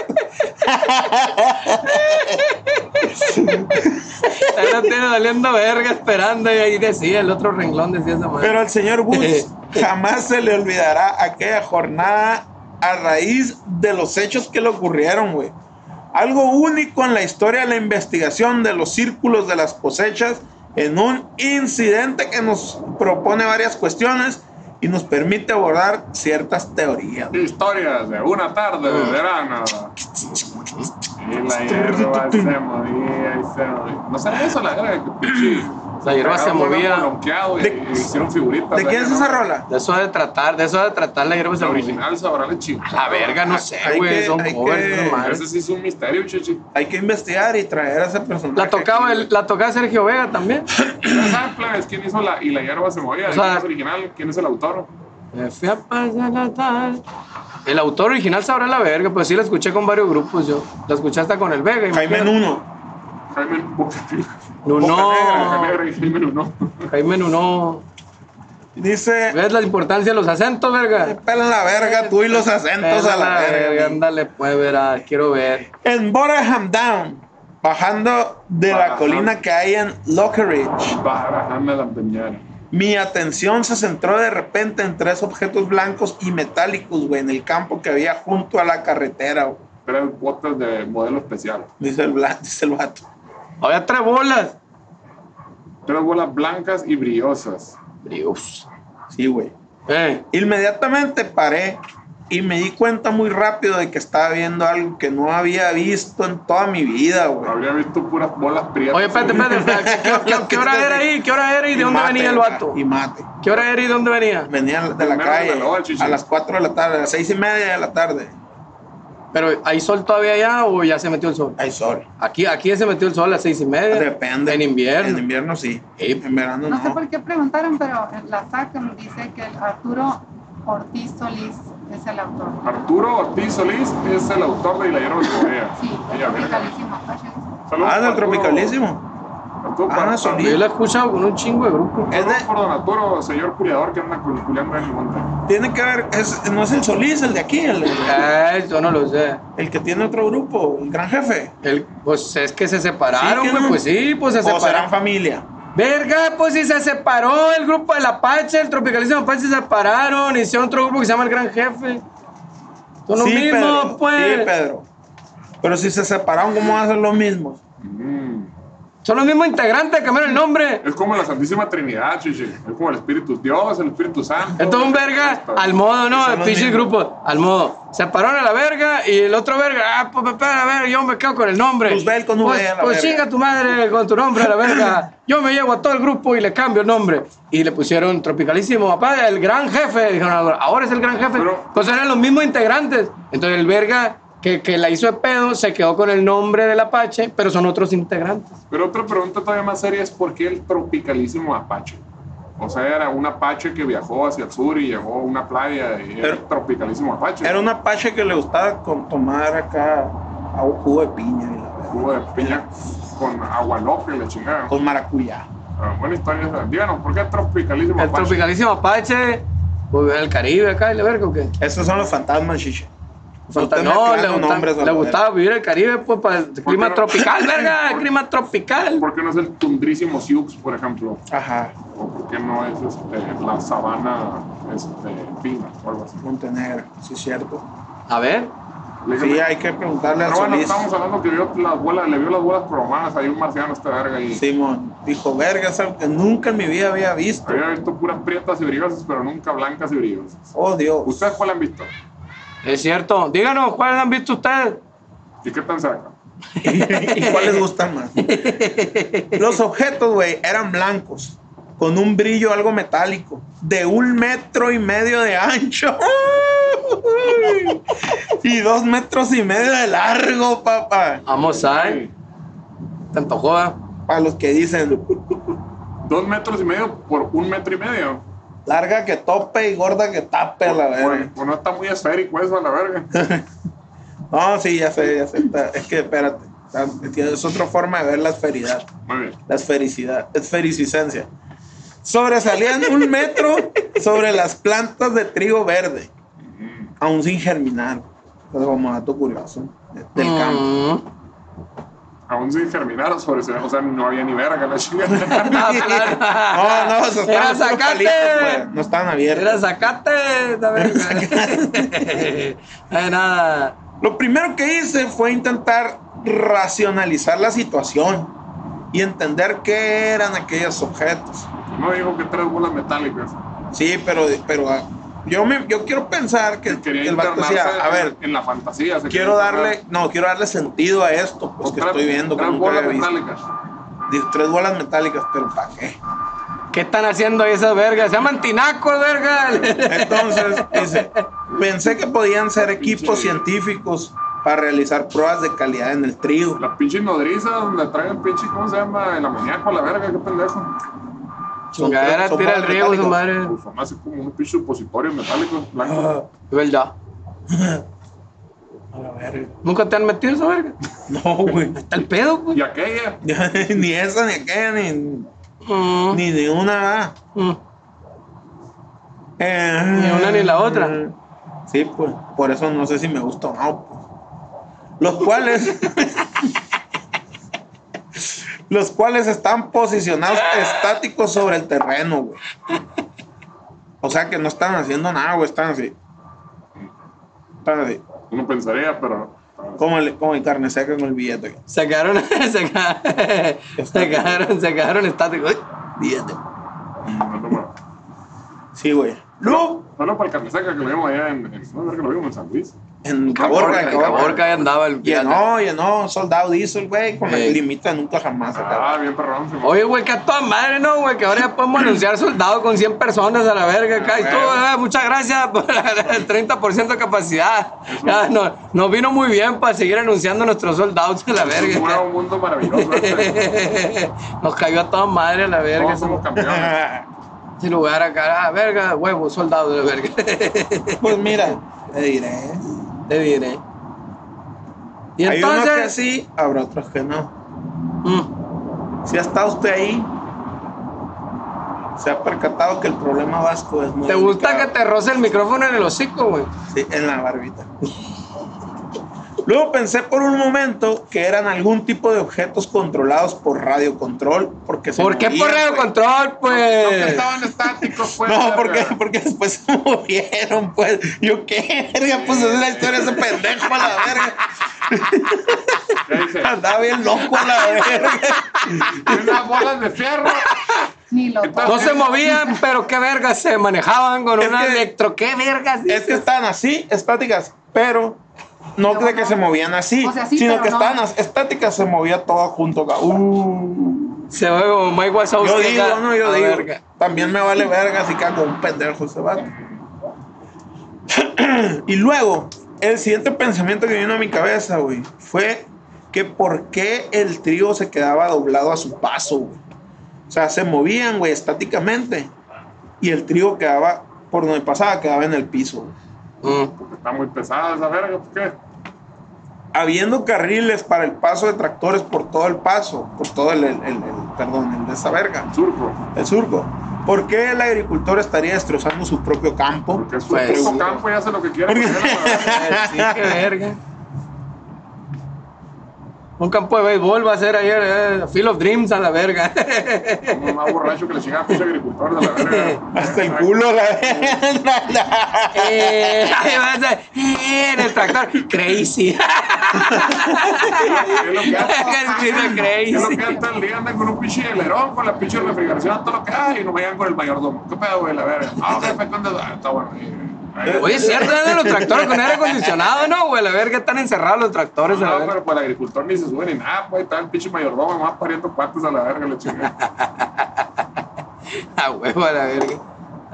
Speaker 2: Ahí lo tiene doliendo verga esperando y ahí decía, el otro renglón decía esa madre.
Speaker 3: Pero al señor Woods jamás se le olvidará aquella jornada a raíz de los hechos que le ocurrieron, güey. Algo único en la historia de la investigación de los círculos de las cosechas en un incidente que nos propone varias cuestiones y nos permite abordar ciertas teorías.
Speaker 1: Historias de una tarde de verano. Y la hierba se movía y se movía. No sabía eso, la verga. que pinche-
Speaker 2: La hierba se
Speaker 1: pegaron
Speaker 2: movía.
Speaker 1: un colonqueado Y,
Speaker 3: ¿De-
Speaker 1: y hicieron figuritas.
Speaker 3: ¿De quién es esa rola?
Speaker 2: De eso de tratar, de eso de tratar la hierba se
Speaker 1: La
Speaker 2: movía.
Speaker 1: original sabrá la chingada.
Speaker 2: La Ah, verga, no
Speaker 3: Hay
Speaker 2: sé, güey.
Speaker 3: que-
Speaker 2: Son
Speaker 3: hay
Speaker 2: covers,
Speaker 3: que-
Speaker 2: no mames.
Speaker 1: Ese sí es un misterio, chichi.
Speaker 3: Hay que investigar y traer a ese personaje.
Speaker 2: La tocaba,
Speaker 3: aquí,
Speaker 2: el- la tocaba Sergio Vega también.
Speaker 1: Ya saben, plebes, quién hizo la y la hierba se movía.
Speaker 2: O sea-
Speaker 1: ¿Quién es original? ¿Quién es el autor?
Speaker 2: Me fui a pasar la tarde. El autor original sabrá la verga, pues sí la escuché con varios grupos yo. La escuché hasta con el Vega.
Speaker 3: güey. Jaime
Speaker 2: imagínate.
Speaker 3: Nuno.
Speaker 1: Jaime Bucatil.
Speaker 2: No,
Speaker 1: Boca
Speaker 2: no.
Speaker 1: Negra y Jaime Nuno.
Speaker 2: Jaime Nuno.
Speaker 3: Dice,
Speaker 2: ¿Ves la importancia de los acentos,
Speaker 3: "Me
Speaker 2: verga?
Speaker 3: pelan la verga tú y los acentos a la verga.
Speaker 2: Ándale, pues, verá, quiero ver.
Speaker 3: En Bottom Down, bajando de la
Speaker 1: Bajando.
Speaker 3: colina que hay en Lockeridge,
Speaker 1: Bajame la peñera.
Speaker 3: mi atención se centró de repente en tres objetos blancos y metálicos, güey, en el campo que había junto a la carretera, güey.
Speaker 1: Tres botas de modelo especial.
Speaker 3: Dice el, bla- dice el vato.
Speaker 2: Había tres bolas.
Speaker 1: Tres bolas blancas y brillosas.
Speaker 2: Dios.
Speaker 3: Sí, güey.
Speaker 2: Eh,
Speaker 3: Inmediatamente paré y me di cuenta muy rápido de que estaba viendo algo que no había visto en toda mi vida, güey.
Speaker 1: Habría visto puras bolas prietas.
Speaker 2: Oye, espérate, espérate. espérate. ¿Qué, qué- qué- qué hora era ahí? ¿Qué hora era y de dónde
Speaker 3: mate,
Speaker 2: venía el vato?
Speaker 3: Y mate.
Speaker 2: ¿Qué hora era y de dónde venía?
Speaker 3: Venía de la
Speaker 1: Primero
Speaker 3: calle
Speaker 1: de la noche,
Speaker 3: a
Speaker 1: sí.
Speaker 3: las 4 de la tarde, a las 6 y media de la tarde.
Speaker 2: Pero, ¿hay sol todavía allá o ya se metió el sol?
Speaker 3: Hay sol.
Speaker 2: Aquí, aquí se metió el sol a las seis y media.
Speaker 3: Depende.
Speaker 2: En
Speaker 3: En
Speaker 2: invierno.
Speaker 3: invierno sí.
Speaker 2: Sí.
Speaker 3: En verano
Speaker 4: No sé
Speaker 3: no.
Speaker 4: por qué preguntaron, pero la sacan. Dice que el Arturo Ortiz Solís es el autor.
Speaker 1: Arturo Ortiz Solís es el autor de Y la hierba se movía.
Speaker 4: Sí,
Speaker 1: Y
Speaker 4: es
Speaker 1: la verga.
Speaker 4: tropicalísimo. ¿cachai?
Speaker 1: Saludos
Speaker 3: Ah,
Speaker 1: para
Speaker 3: del
Speaker 1: Arturo.
Speaker 3: tropicalísimo.
Speaker 1: Arturo
Speaker 3: Ah,
Speaker 1: para-
Speaker 3: Solís.
Speaker 2: Yo la he escuchado con un chingo de grupos.
Speaker 3: Es
Speaker 1: Saludos
Speaker 3: de-
Speaker 1: por don Arturo, señor culiador que anda culiando en el monte.
Speaker 3: tiene que ver, es- no es el Solís, el de aquí, el,
Speaker 2: Ay, yo no lo sé.
Speaker 3: el que tiene otro grupo, el gran jefe.
Speaker 2: El- pues es que se separaron,
Speaker 3: Sí, que
Speaker 2: güey.
Speaker 3: no.
Speaker 2: Pues sí, pues se
Speaker 3: O serán
Speaker 2: separaron.
Speaker 3: familia.
Speaker 2: Verga, pues sí se separó el grupo del Apache, el Tropicalismo Apache se separaron. Hicieron otro grupo que se llama El Gran Jefe. Son los
Speaker 3: sí,
Speaker 2: mismos,
Speaker 3: Pedro,
Speaker 2: pues.
Speaker 3: Sí, Pedro. Pero si se separaron, ¿cómo hacen los mismos?
Speaker 1: Mm.
Speaker 2: Son los mismos integrantes, cambiaron el nombre.
Speaker 1: Es como la Santísima Trinidad, chiche. Es como el Espíritu Dios, el Espíritu Santo.
Speaker 2: Esto es un verga al modo, ¿no? El pinche grupo, al modo. Se pararon a la verga y el otro verga, ah, pues espera, a ver, yo me quedo con el nombre.
Speaker 3: Luzbel con V,
Speaker 2: Pues,
Speaker 3: a la
Speaker 2: pues
Speaker 3: verga.
Speaker 2: chinga tu madre con tu nombre, a la verga. Yo me llevo a todo el grupo y le cambio el nombre. Y le pusieron tropicalísimo, papá, el gran jefe. Dijeron, ahora, ahora es el gran jefe.
Speaker 1: Pero-
Speaker 2: pues eran los mismos integrantes. Entonces el verga que, que la hizo de pedo se quedó con el nombre del Apache, pero son otros integrantes.
Speaker 1: Pero otra pregunta todavía más seria es por qué el tropicalísimo Apache. O sea, era un Apache que viajó hacia el sur y llegó a una playa y era
Speaker 3: Pero-
Speaker 1: el tropicalísimo Apache.
Speaker 3: Era un apache que le gustaba con tomar acá a un jugo de piña y la verga,
Speaker 1: jugo de piña con agua loca y la chingada.
Speaker 3: con maracuyá.
Speaker 1: Ah, buena historia. esa. Díganos, ¿por qué tropicalísimo
Speaker 2: El
Speaker 1: Apache?
Speaker 2: tropicalísimo Apache, pues, el Caribe acá, y la verga, ¿o qué?
Speaker 3: Esos son los fantasmas, chiche.
Speaker 2: Fanta- Pues no, le, gusta- le gustaba vivir el Caribe, pues, para el clima
Speaker 1: no?
Speaker 2: tropical, verga, el clima tropical.
Speaker 1: ¿Por qué no es el tundrísimo Sioux, por ejemplo?
Speaker 3: Ajá,
Speaker 1: ¿O por qué no es este, la sabana este, fina o algo así?
Speaker 3: Montenegro, sí es cierto.
Speaker 2: A ver,
Speaker 3: Sí, hay que preguntarle al
Speaker 1: Pero bueno,
Speaker 3: Solís.
Speaker 1: estamos hablando que vio las bolas, le vio las bolas cromadas ahí un marciano a esta verga y
Speaker 3: Simón dijo, verga, es algo que nunca en mi vida había visto.
Speaker 1: había visto puras prietas y brillosas, pero nunca blancas y brillosas.
Speaker 3: Oh, Dios.
Speaker 1: ¿Ustedes cuál han visto?
Speaker 2: es cierto. Díganos, ¿cuáles han visto ustedes?
Speaker 1: ¿Y qué tan cerca?
Speaker 3: ¿Y cuál les gusta más? Los objetos, güey, eran blancos, con un brillo algo metálico, de un metro y medio de ancho. y dos metros y medio de largo, papá.
Speaker 2: Vamos a ver, te antojó, eh?
Speaker 3: Para los que dicen,
Speaker 1: Dos metros y medio por un metro y medio.
Speaker 3: larga que tope y gorda que tape a la
Speaker 1: Bueno,
Speaker 3: verga.
Speaker 1: pues no está muy esférico eso a la verga.
Speaker 3: No, sí, ya sé, ya sé. está- Es que, espérate, está- es que es otra forma de ver la esferidad.
Speaker 1: Muy bien.
Speaker 3: la esfericidad, esfericicencia. Sobresalían un metro sobre las plantas de trigo verde, aún sin germinar. Pero como dato curioso de- del campo.
Speaker 2: Mm.
Speaker 1: Aún sin germinar sobre o sea, no había ni verga la chingada.
Speaker 2: Ah, claro.
Speaker 3: No, no, se
Speaker 2: Era
Speaker 3: estaban puros
Speaker 2: zacate.
Speaker 3: palitos, güey, no estaban
Speaker 2: Era
Speaker 3: abiertos.
Speaker 2: sacate, la verga. Ay, nada.
Speaker 3: Lo primero que hice fue intentar racionalizar la situación y entender qué eran aquellos objetos.
Speaker 1: No digo que tres bolas metálicas.
Speaker 3: Sí, pero, pero ah, yo, me, yo quiero pensar que,
Speaker 1: Quería
Speaker 3: el vato
Speaker 1: internarse
Speaker 3: decía, a ver,
Speaker 1: en la fantasía. se
Speaker 3: quiero
Speaker 1: quería
Speaker 3: darle,
Speaker 1: internar.
Speaker 3: no, quiero darle sentido a esto, pues
Speaker 1: Con
Speaker 3: que
Speaker 1: tres-
Speaker 3: estoy viendo que
Speaker 1: Tres
Speaker 3: nunca había
Speaker 1: bolas
Speaker 3: visto.
Speaker 1: metálicas.
Speaker 3: Digo, tres bolas metálicas, pero ¿para qué?
Speaker 2: ¿Qué están haciendo ahí esas vergas? Se llaman tinacos, verga.
Speaker 3: Entonces, dice, pensé que podían ser equipos científicos para realizar pruebas de calidad en el trigo.
Speaker 1: Las pinches nodrizas donde traen pinche, ¿cómo se llama? El amoníaco, la verga, qué pendejo.
Speaker 3: Son
Speaker 2: Chingadera,
Speaker 3: tres- son
Speaker 2: tira el
Speaker 3: bolas
Speaker 2: riego, su
Speaker 3: metálicas.
Speaker 2: madre.
Speaker 1: Pues nomás es como un pinche supositorio metálico
Speaker 3: Ah,
Speaker 1: blanco.
Speaker 2: Es verdad.
Speaker 3: a la verga.
Speaker 2: ¿Nunca te han metido esa verga?
Speaker 3: No, güey.
Speaker 2: Está el pedo, pues.
Speaker 1: Y aquella,
Speaker 3: ni esa, ni aquella, ni,
Speaker 2: Mm,
Speaker 3: ni de una. ¿verdad?
Speaker 2: mm.
Speaker 3: Eh,
Speaker 2: Ni una ni la otra.
Speaker 3: Sí, pues, por eso no sé si me gusta o no. pues. Los cuales. los cuales están posicionados estáticos sobre el terreno, güey. O sea que no están haciendo nada, güey, están así. Están así.
Speaker 1: uno pensaría, pero. ah,
Speaker 3: Como el, como el carne seca con el billete. güey.
Speaker 2: Se quedaron, se quedaron, se quedaron, se quedaron estáticos. Uy,
Speaker 3: Billete.
Speaker 1: no, no, no.
Speaker 3: Sí, güey. Luego,
Speaker 1: Solo para el carnizaca que lo vimos allá en. en no, verga, lo vimos en San Luis.
Speaker 3: en Caborca,
Speaker 2: Caborca,
Speaker 3: en
Speaker 2: en Caborca ahí andaba el
Speaker 3: Llenó, llenó, soldado diesel, güey, con la
Speaker 2: Ey.
Speaker 3: que limita nunca jamás. acá.
Speaker 1: Ah, bien perrón. se me-
Speaker 2: Oye, güey, que a toda madre, ¿no, güey? Que ahora ya podemos anunciar soldado con 100 personas a la verga acá. Y tú,
Speaker 3: huevo.
Speaker 2: eh, muchas gracias por el 30% de capacidad. Ya, no, nos vino muy bien para seguir anunciando nuestros soldados a la
Speaker 1: Es un
Speaker 2: verga.
Speaker 1: nuevo mundo maravilloso. este.
Speaker 2: Nos cayó a toda madre a la verga.
Speaker 1: Todos somos campeones.
Speaker 3: Ah,
Speaker 2: Ese lugar acá, ah, verga, huevo, soldado de la verga.
Speaker 3: Pues mira, te diré.
Speaker 2: Te diré. Y
Speaker 3: Hay unos que
Speaker 2: entonces.
Speaker 3: sí, habrá otros que no.
Speaker 2: Mm,
Speaker 3: Si ha estado usted ahí, se ha percatado que el problema vasco es muy.
Speaker 2: ¿Te gusta que
Speaker 3: delicado.
Speaker 2: te roce el micrófono en el hocico, güey?
Speaker 3: Sí, en la barbita. Luego pensé por un momento que eran algún tipo de objetos controlados por radiocontrol, porque se
Speaker 2: ¿Por qué
Speaker 3: movían,
Speaker 2: por radio
Speaker 3: güey.
Speaker 2: control,
Speaker 1: No que
Speaker 2: pues?
Speaker 1: estaban estáticos, pues.
Speaker 3: No,
Speaker 1: verga.
Speaker 3: porque, porque después se movieron, pues. Yo qué verga, pues esa es la historia de ese pendejo a la verga.
Speaker 1: Ya dice,
Speaker 3: Andaba bien loco a la verga.
Speaker 1: unas bolas de fierro.
Speaker 4: Ni lo
Speaker 1: Entonces-
Speaker 4: toco.
Speaker 2: No se movían, pero qué vergas se manejaban con
Speaker 3: Es
Speaker 2: una
Speaker 3: que-
Speaker 2: electro. ¿Qué vergas?
Speaker 3: Es que estaban así, estáticas, pero no
Speaker 4: No,
Speaker 3: de que
Speaker 4: no.
Speaker 3: se movían así,
Speaker 4: O sea, sí,
Speaker 3: sino
Speaker 4: pero
Speaker 3: que
Speaker 4: no.
Speaker 3: estaban as- estáticas, se movía todo junto. ca- Uh,
Speaker 2: Se ve como Mike Wazowski.
Speaker 3: yo digo,
Speaker 2: acá,
Speaker 3: no, yo
Speaker 2: a
Speaker 3: digo.
Speaker 2: verga.
Speaker 3: También me vale verga si cago un pendejo ese vato. y luego, el siguiente pensamiento que vino a mi cabeza, güey, fue que por qué el trío se quedaba doblado a su paso, güey. O sea, se movían, güey, estáticamente. Y el trío quedaba, por donde pasaba, quedaba en el piso, güey.
Speaker 2: Mm.
Speaker 1: Está muy pesada esa verga, ¿por qué?
Speaker 3: habiendo carriles para el paso de tractores por todo el paso, por todo el, el- el- el- perdón, el de esa verga,
Speaker 1: Surco.
Speaker 3: el surco. ¿Por qué el agricultor estaría destrozando su propio campo?
Speaker 1: Porque es su
Speaker 2: Pues,
Speaker 1: puto
Speaker 2: sí.
Speaker 1: campo y hace lo que quiere.
Speaker 3: Porque-
Speaker 1: con él, la verga.
Speaker 2: Ay, sí, qué verga. Un campo de béisbol va a ser ayer, eh, Field of Dreams a la verga.
Speaker 1: Como más borracho que le chingaba a pinche agricultor de la verga.
Speaker 3: Hasta el culo, la verga.
Speaker 2: Eh, ahí va a ser, eh, en el tractor, crazy.
Speaker 1: Es lo que hace.
Speaker 2: Escribe
Speaker 1: Es lo
Speaker 2: crazy.
Speaker 1: que hasta el día andan con un pinche helerón, con la pinche refrigeración, todo lo que hay, y no me llegan con el mayordomo. ¿Qué pedo, güey? La verga. Ah, jefe, ¿dónde va? Está bueno. ahí- ahí-
Speaker 2: Oye, es cierto, eran los tractores con aire acondicionado, ¿no, güey? La verga, están encerrados los tractores a la
Speaker 1: No,
Speaker 2: verga.
Speaker 1: pero para el agricultor ni se sube ni nada, pues está el pinche mayordomo más pariendo cuates a la verga, le chinga.
Speaker 2: A Ah, huevo, a la verga.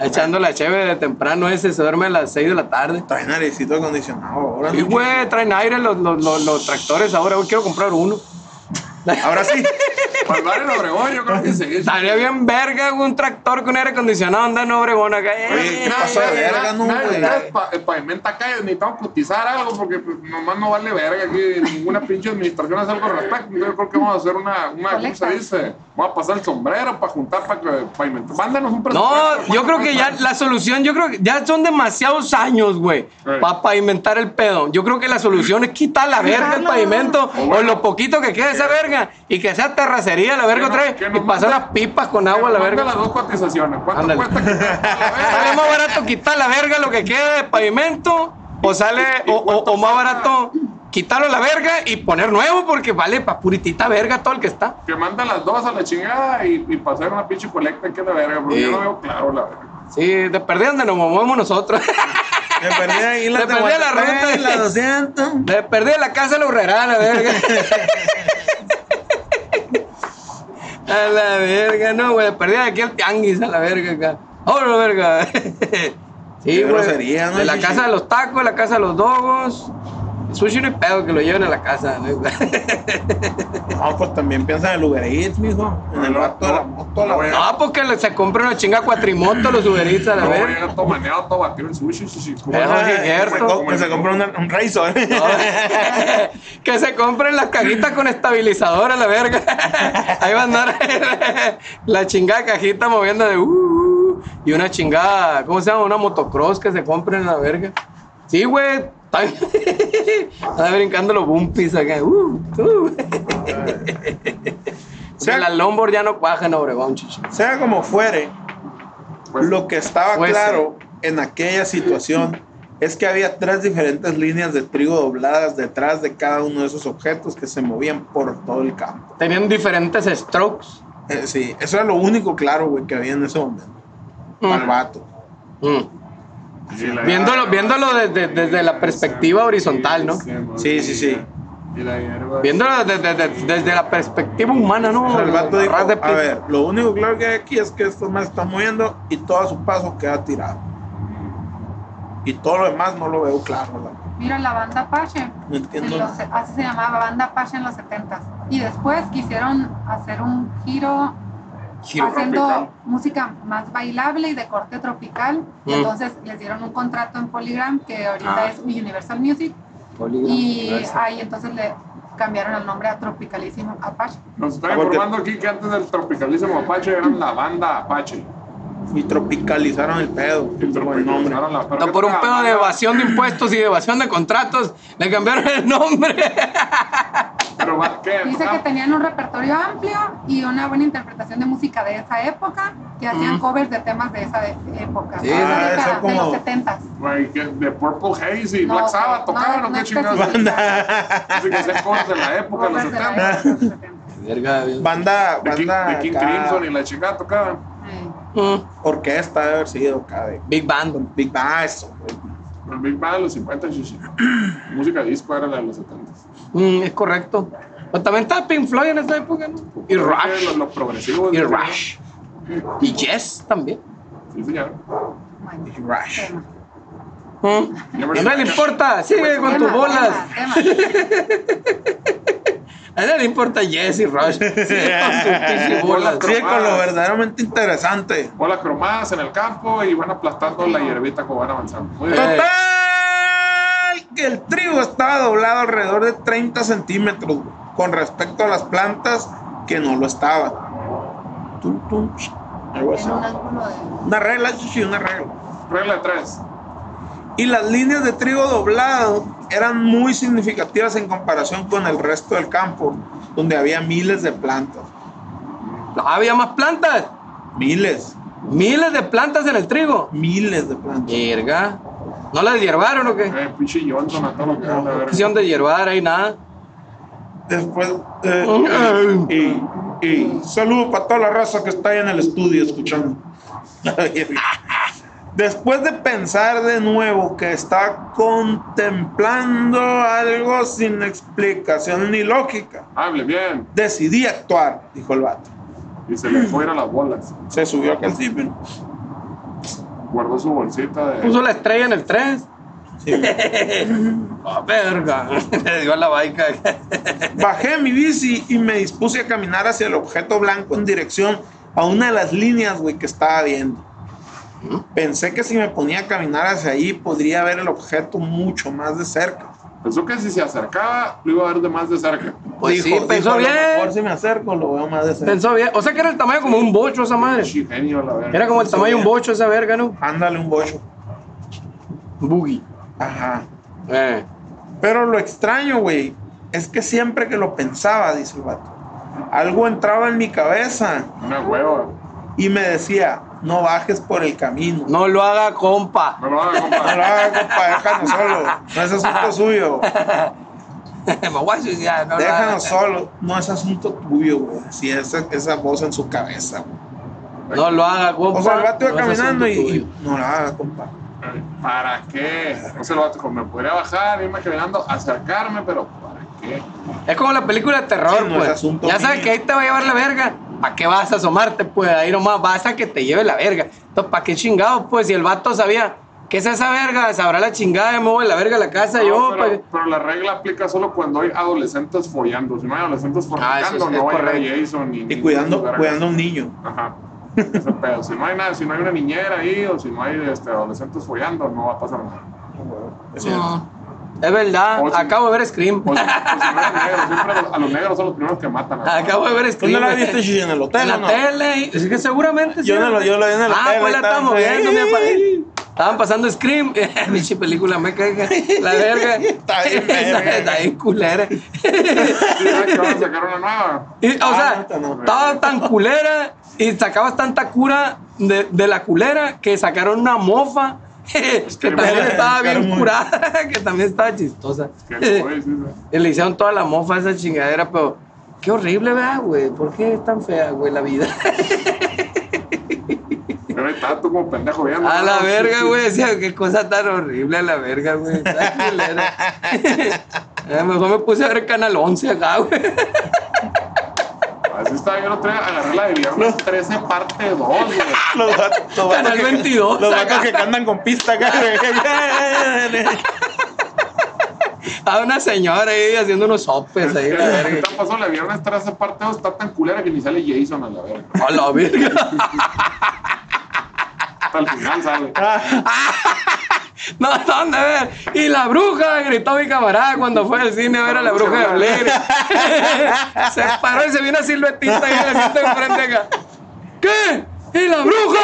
Speaker 2: Echando la cheve de temprano ese, se duerme a las 6 de la tarde.
Speaker 3: Trae naricito acondicionado ahora.
Speaker 2: Y,
Speaker 3: ¿no?
Speaker 2: güey, traen aire los, los, los, los tractores ahora, güey, quiero comprar uno.
Speaker 3: Ahora sí.
Speaker 1: Para el barrio de Obregón, yo creo que sí.
Speaker 2: Estaría bien verga güey, un tractor con aire acondicionado anda en Obregón acá.
Speaker 3: Oye,
Speaker 2: Eh,
Speaker 3: ¿qué pasó de verga, no,
Speaker 1: Nadie de
Speaker 3: güey?
Speaker 1: ustedes pa- eh, pavimenta calles, necesitamos cotizar algo porque pues, nomás no vale verga aquí ninguna pinche administración hace algo al respecto. Yo creo que vamos a hacer una, una ¿cómo se
Speaker 4: Colecta.
Speaker 1: dice? Vamos a pasar el sombrero para juntar, para que pavimentar. Mándanos un
Speaker 2: No,
Speaker 1: presupuesto,
Speaker 2: yo creo que ya
Speaker 1: ¿cuánto
Speaker 2: la solución, yo creo que ya son demasiados años, güey,
Speaker 1: Eh.
Speaker 2: para pavimentar el pedo. Yo creo que la solución es quitar la verga el
Speaker 4: Quitarlo.
Speaker 2: pavimento
Speaker 1: O
Speaker 2: o
Speaker 1: bueno,
Speaker 2: lo poquito que quede esa verga y que sea terracería la verga
Speaker 1: que
Speaker 2: otra
Speaker 1: no-
Speaker 2: vez
Speaker 1: que
Speaker 2: y
Speaker 1: nos
Speaker 2: pasar
Speaker 1: mande-
Speaker 2: las pipas con
Speaker 1: cuesta?
Speaker 2: agua a la
Speaker 1: Que nos mande
Speaker 2: verga.
Speaker 1: las dos cotizaciones. ¿Cuánto
Speaker 2: Ándale.
Speaker 1: cuesta que
Speaker 2: Sale más barato quitar la verga lo que quede de pavimento o sale
Speaker 1: y
Speaker 2: o, o- o
Speaker 1: cuánto
Speaker 2: más
Speaker 1: cuesta?
Speaker 2: barato quitarlo la verga y poner nuevo porque vale pa puritita verga todo el que está.
Speaker 1: Que manda las dos a la chingada y, y pasar una pinche colecta que la verga, porque
Speaker 2: Sí.
Speaker 1: yo lo veo claro, la verga.
Speaker 2: Sí, de perder donde nos movemos nosotros.
Speaker 3: Me perdí ahí la
Speaker 2: Me perdí la
Speaker 3: Tehuantepec,
Speaker 2: ruta.
Speaker 3: La 200.
Speaker 2: De perder la casa de la urrera, a la verga. A la verga, no, güey. Perdí aquí el tianguis, a la verga, acá. Ahora, la verga. Sí,
Speaker 3: Qué
Speaker 2: güey.
Speaker 3: grosería, ¿no?
Speaker 2: De la
Speaker 3: Sushi.
Speaker 2: casa de los tacos, la casa de los dogos. Sushi no es pedo que lo lleven a la casa, ¿no?
Speaker 3: No, pues también piensa en el Uber Eats, mijo. En el
Speaker 1: No,
Speaker 3: rato de la
Speaker 1: no,
Speaker 3: moto, la
Speaker 1: no,
Speaker 3: verga.
Speaker 2: No, porque le- se compra una chinga cuatrimoto los uberitos, a la
Speaker 1: Luego
Speaker 2: verga.
Speaker 1: llega todo maneado, todo batido el sushi, sushi. ¿cómo
Speaker 2: Eh,
Speaker 1: no?
Speaker 2: Jorge
Speaker 3: Ajá, que
Speaker 2: Gerto.
Speaker 3: se co- Que se compró una- un ¿eh? Razor.
Speaker 2: que se compren las cajitas con estabilizador a la verga. Ahí va a andar la chingada cajita moviendo de uh, uh, y una chingada, ¿cómo se llama? Una motocross que se compren a la verga. Sí, güey. está bien. Anda brincando los bumpies acá. Uh, uh.
Speaker 3: Sea-
Speaker 2: la Lombor ya no cuaja en Obregón, chichi.
Speaker 3: Sea como fuere,
Speaker 1: Pues,
Speaker 3: lo que estaba
Speaker 2: Fuese.
Speaker 3: claro en aquella situación es que había tres diferentes líneas de trigo dobladas detrás de cada uno de esos objetos que se movían por todo el campo.
Speaker 2: Tenían diferentes strokes.
Speaker 3: Eh, sí, eso era lo único claro, güey, que había en ese momento.
Speaker 2: Mm.
Speaker 3: Al vato.
Speaker 2: Mm.
Speaker 1: y la-
Speaker 2: Viéndolo, viéndolo desde, desde la perspectiva horizontal, ¿no?
Speaker 3: Sí, sí, sí.
Speaker 1: Y la hierba.
Speaker 2: Viéndolo desde, desde, desde la perspectiva humana, ¿no?
Speaker 3: El vato
Speaker 2: La
Speaker 3: dijo,
Speaker 2: raza de
Speaker 3: a
Speaker 2: pi-
Speaker 3: ver, lo único claro que hay aquí es que esto más está moviendo y todo a su paso queda tirado. Y todo lo demás no lo veo claro, la verdad.
Speaker 4: Mira la banda Apache.
Speaker 3: No
Speaker 4: en
Speaker 3: entiendo.
Speaker 4: los- así se llamaba banda Apache en los 70s. Y después quisieron hacer un giro
Speaker 1: Giro
Speaker 4: haciendo
Speaker 1: tropical.
Speaker 4: música más bailable y de corte tropical. Y
Speaker 2: Mm.
Speaker 4: entonces les dieron un contrato en Polygram, que ahorita
Speaker 2: Ah.
Speaker 4: es Universal Music. y ahí entonces le cambiaron el nombre a Tropicalísimo Apache.
Speaker 1: Nos está
Speaker 3: Ah, porque-
Speaker 1: informando aquí que antes del tropicalismo Apache eran la banda Apache.
Speaker 3: Y tropicalizaron el pedo.
Speaker 1: El
Speaker 3: por el nombre.
Speaker 1: tropicalizaron la- pero
Speaker 2: No,
Speaker 1: que
Speaker 2: por un
Speaker 1: era
Speaker 2: pedo
Speaker 1: la
Speaker 2: de
Speaker 1: banda-
Speaker 2: evasión de impuestos y de evasión de contratos, le cambiaron el nombre.
Speaker 1: Pero ma- ¿qué?
Speaker 4: Dice que
Speaker 1: Ah,
Speaker 4: tenían un repertorio amplio y una buena interpretación de música de esa época, que hacían covers de temas de esa de- época,
Speaker 2: Sí,
Speaker 4: de, esa
Speaker 3: ah,
Speaker 4: década,
Speaker 3: eso
Speaker 4: de
Speaker 3: como-
Speaker 4: los 70
Speaker 1: güey, que de Purple Haze y
Speaker 4: No,
Speaker 1: Black Sabbath
Speaker 4: no,
Speaker 1: tocaban,
Speaker 4: no,
Speaker 1: o
Speaker 4: no
Speaker 1: qué
Speaker 4: es
Speaker 1: chingados.
Speaker 4: perfecto.
Speaker 3: Banda,
Speaker 1: Así que hacían cosas de la época, de los
Speaker 4: Covers de la
Speaker 1: 70.
Speaker 4: época de los 70.
Speaker 2: Verga, bien.
Speaker 3: banda,
Speaker 1: De King,
Speaker 3: banda
Speaker 1: de King
Speaker 3: acá,
Speaker 1: Crimson y la chingada tocaban.
Speaker 4: Sí.
Speaker 2: Mm,
Speaker 3: orquesta debe haber sido acá de
Speaker 2: Big Band.
Speaker 3: Big Bang, eso, güey.
Speaker 1: Pero Big Bang, los 50, sí, sí. Música disco era la de los 70.
Speaker 2: Mm, es correcto. Pero también estaba Pink Floyd en esa época, ¿no? Y
Speaker 1: Los,
Speaker 2: Rush.
Speaker 1: los progresivos.
Speaker 2: Y
Speaker 1: ¿no?
Speaker 2: Rush. Y Yes también.
Speaker 1: Sí, señor.
Speaker 4: Bueno,
Speaker 3: Rush.
Speaker 4: tema.
Speaker 2: Mm.
Speaker 1: Ya me
Speaker 2: Y no le
Speaker 1: regañaron.
Speaker 2: importa, sigue con tus
Speaker 4: Tema,
Speaker 2: bolas.
Speaker 4: tema, tema.
Speaker 2: A nadie le importa Yes y Rush. Sigue con sus pinches bolas.
Speaker 1: Bolas,
Speaker 3: Sigue con lo verdaderamente interesante.
Speaker 1: Bolas cromadas en el campo y van aplastando la hierbita como van avanzando. Muy bien.
Speaker 2: Eh.
Speaker 3: Total, que el trigo estaba doblado alrededor de 30 centímetros güey, con respecto a las plantas que no lo estaba. Tum, tum, ch, algo así.
Speaker 4: En un ángulo de...
Speaker 3: Una regla, sí, una regla.
Speaker 1: Regla de tres.
Speaker 3: y las líneas de trigo doblado eran muy significativas en comparación con el resto del campo, donde había miles de plantas.
Speaker 2: No, había más plantas.
Speaker 3: Miles,
Speaker 2: Miles de plantas en el trigo.
Speaker 3: miles de plantas.
Speaker 2: Verga. ¿No las hierbaron o qué?
Speaker 1: Eh, pinche Johnson a todo lo que da la verga.
Speaker 2: Opción de hierbar, ahí nada.
Speaker 3: Después, eh, y, y saludo para toda la raza que está ahí en el estudio escuchando. Después de pensar de nuevo que está contemplando algo sin explicación ni lógica,
Speaker 1: Hable bien.
Speaker 3: decidí actuar, dijo el vato.
Speaker 1: Y se le fue a las bolas.
Speaker 3: Se subió al calcipio.
Speaker 1: Guardó su bolsita de.
Speaker 2: Puso la estrella en el tren.
Speaker 3: Sí.
Speaker 2: Ah, verga. Le dio a la baica.
Speaker 3: Bajé mi bici y me dispuse a caminar hacia el objeto blanco en dirección a una de las líneas, güey, que estaba viendo. Pensé que si me ponía a caminar hacia ahí podría ver el objeto mucho más de cerca.
Speaker 1: Pensó que si se acercaba, lo iba a ver de más de cerca.
Speaker 2: Pues sí, pensó
Speaker 3: "A lo Mejor
Speaker 2: bien.
Speaker 3: si me acerco lo veo más de cerca.
Speaker 2: Pensó bien. O sea que era el tamaño como un bocho esa madre.
Speaker 1: Pinche genio, la verga.
Speaker 2: Era como el tamaño de un bocho esa verga, ¿no?
Speaker 3: Ándale un bocho.
Speaker 2: Boogie.
Speaker 3: Ajá.
Speaker 2: Eh.
Speaker 3: Pero lo extraño, güey, es que siempre que lo pensaba, dice el vato, algo entraba en mi cabeza
Speaker 1: Una hueva.
Speaker 3: y me decía, no bajes por el camino.
Speaker 2: No lo haga, compa.
Speaker 1: No lo haga,
Speaker 3: No lo
Speaker 1: compa.
Speaker 3: haga, compa, déjanos solo. No es asunto suyo.
Speaker 2: Me voy a suicidar, no lo haga.
Speaker 3: Déjanos solo. No es asunto tuyo, güey. Así esa, esa voz en su cabeza, güey.
Speaker 2: No lo haga, compa.
Speaker 3: O sea, el vato iba
Speaker 2: No es
Speaker 3: caminando y,
Speaker 2: asunto tuyo.
Speaker 3: y no la haga, compa.
Speaker 1: Eh, ¿Para qué? No se lo va a pues, Me podría bajar, irme caminando, acercarme, pero ¿para qué?
Speaker 2: Es como la película de terror,
Speaker 3: Sí, no es
Speaker 2: pues.
Speaker 3: asunto
Speaker 2: ya sabes
Speaker 3: mío.
Speaker 2: que ahí te va a llevar la verga. ¿Para qué vas a asomarte, pues? Ahí nomás vas a que te lleve la verga. Entonces, ¿para qué chingados, pues? Si el vato sabía, ¿qué es esa verga? Sabrá la chingada, me voy a la verga a la casa.
Speaker 1: No,
Speaker 2: yo, pues.
Speaker 1: pero,
Speaker 2: pa' que-
Speaker 1: pero la regla aplica solo cuando hay adolescentes follando. Si no hay adolescentes
Speaker 2: Ah, eso
Speaker 1: fornicando,
Speaker 2: es- es
Speaker 1: no hay
Speaker 2: correcto.
Speaker 1: a Jason ni.
Speaker 3: Y cuidando, cuidando a un niño.
Speaker 1: Ajá. Ese pedo. Si no hay nada, si no hay una niñera ahí o si no hay este, adolescentes follando, no va a pasar nada.
Speaker 3: Es cierto.
Speaker 2: No. Es verdad,
Speaker 1: O si-
Speaker 2: acabo de ver Scream.
Speaker 1: O si, o si no hay negros, siempre a los, a los negros son los primeros que matan. ¿no?
Speaker 2: Acabo de ver
Speaker 3: ¿Tú
Speaker 2: Scream.
Speaker 3: no la viste Gigi, en el
Speaker 2: En
Speaker 3: hotel
Speaker 2: la
Speaker 3: o no?
Speaker 2: tele. Es que seguramente
Speaker 3: Yo no lo- yo lo vi en el
Speaker 2: ah,
Speaker 3: hotel,
Speaker 2: pues la
Speaker 3: ahí
Speaker 2: estábamos
Speaker 3: estaba.
Speaker 2: viendo, mi papá. Estaban pasando Scream. Pinche película me caga. La verga.
Speaker 3: Está bien, verga.
Speaker 2: Está bien culera.
Speaker 1: Sí, ¿verdad? que van a sacar una nueva.
Speaker 2: Y, o
Speaker 3: Ah, no,
Speaker 2: sea,
Speaker 3: no, no.
Speaker 2: estaba tan culera y sacabas tanta cura de, de la culera que sacaron una mofa que
Speaker 1: que
Speaker 2: también
Speaker 3: me-
Speaker 2: estaba
Speaker 3: claro,
Speaker 2: bien
Speaker 3: muy-
Speaker 2: curada, que también estaba chistosa.
Speaker 1: Que no, güey, sí, sí.
Speaker 2: Y le hicieron toda la mofa a esa chingadera, pero qué horrible, ¿verdad, güey? ¿Por qué es tan fea, güey, la vida?
Speaker 1: Pero ahí está tú como pendejo viendo.
Speaker 2: A
Speaker 1: ¿no?
Speaker 2: la verga, güey. decía, qué cosa tan horrible a la verga, güey. Está culera. A lo mejor me puse a ver Canal 11 acá, güey.
Speaker 1: Así estaba yo el otro día, agarré la de viernes 13 parte 2, güey.
Speaker 3: Los vatos, los
Speaker 2: Canal
Speaker 3: vatos que-
Speaker 2: 22,
Speaker 3: Los
Speaker 2: acá.
Speaker 3: vatos que cantan con pista acá.
Speaker 2: A una señora ahí haciendo unos sopes Pues ahí, la verga.
Speaker 1: ¿Qué tan pasó? La de viernes 13 parte 2 está tan culera que ni sale Jason a la verga.
Speaker 2: A la verga.
Speaker 1: Hasta el final sale.
Speaker 2: Ah, No, ¿dónde ver? Y la bruja, gritó mi camarada cuando fue al cine a ver a la bruja de Blair. se paró y se vino a siluetita y le siento enfrente acá. ¿Qué? ¡Y la bruja!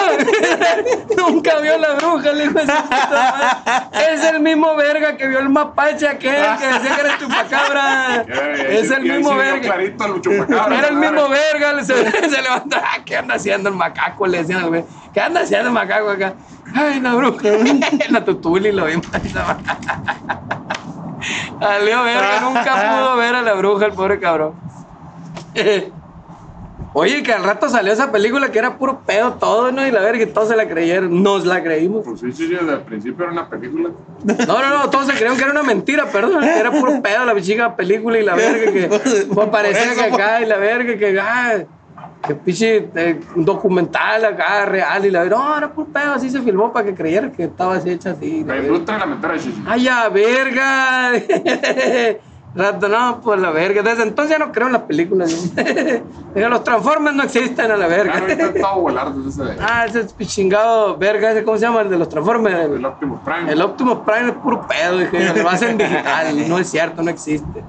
Speaker 2: Nunca vio la bruja, le dijo esa puta madre. Es el mismo verga que vio el mapache aquel que decía que era el chupacabra. es el mismo verga.
Speaker 1: Clarito, el chupacabra,
Speaker 2: Era el
Speaker 1: madre.
Speaker 2: mismo verga, le- se, se levanta. "Ah, ¿Qué anda haciendo el macaco? Le decían al güey. ¿Qué anda haciendo el macaco acá? Ay, la bruja. la tutuli lo vimos. Al Leo Verga nunca pudo ver a la bruja, el pobre cabrón. Oye, que al rato salió esa película que era puro pedo todo, ¿no? Y la verga, y todos se la creyeron. Nos la creímos.
Speaker 1: Pues sí, sí, desde el principio era una película.
Speaker 2: No, no, no, todos se creyeron que era una mentira, perdón, que era puro pedo la chica película y la verga que pues, parecía
Speaker 3: eso,
Speaker 2: que acá y la verga que ah, que pinche eh, un documental acá real y la verga, no, era puro pedo, así se filmó para que creyeran que estaba así hecha así.
Speaker 1: La
Speaker 2: la verga.
Speaker 1: industria de la mentira de Shishi.
Speaker 2: ¡Ay, ya, verga! Rato, no, por la verga. Desde entonces ya no creo en las películas. Digo, Los Transformers no existen a la
Speaker 1: Claro, ahorita
Speaker 2: verga.
Speaker 1: está volar desde ese.
Speaker 2: Ah, ese chingado verga, ese, ¿cómo se llama? El de los Transformers.
Speaker 1: El Optimus Prime.
Speaker 2: El Optimus Prime es puro pedo, dije, lo hacen digital, no es cierto, no existe.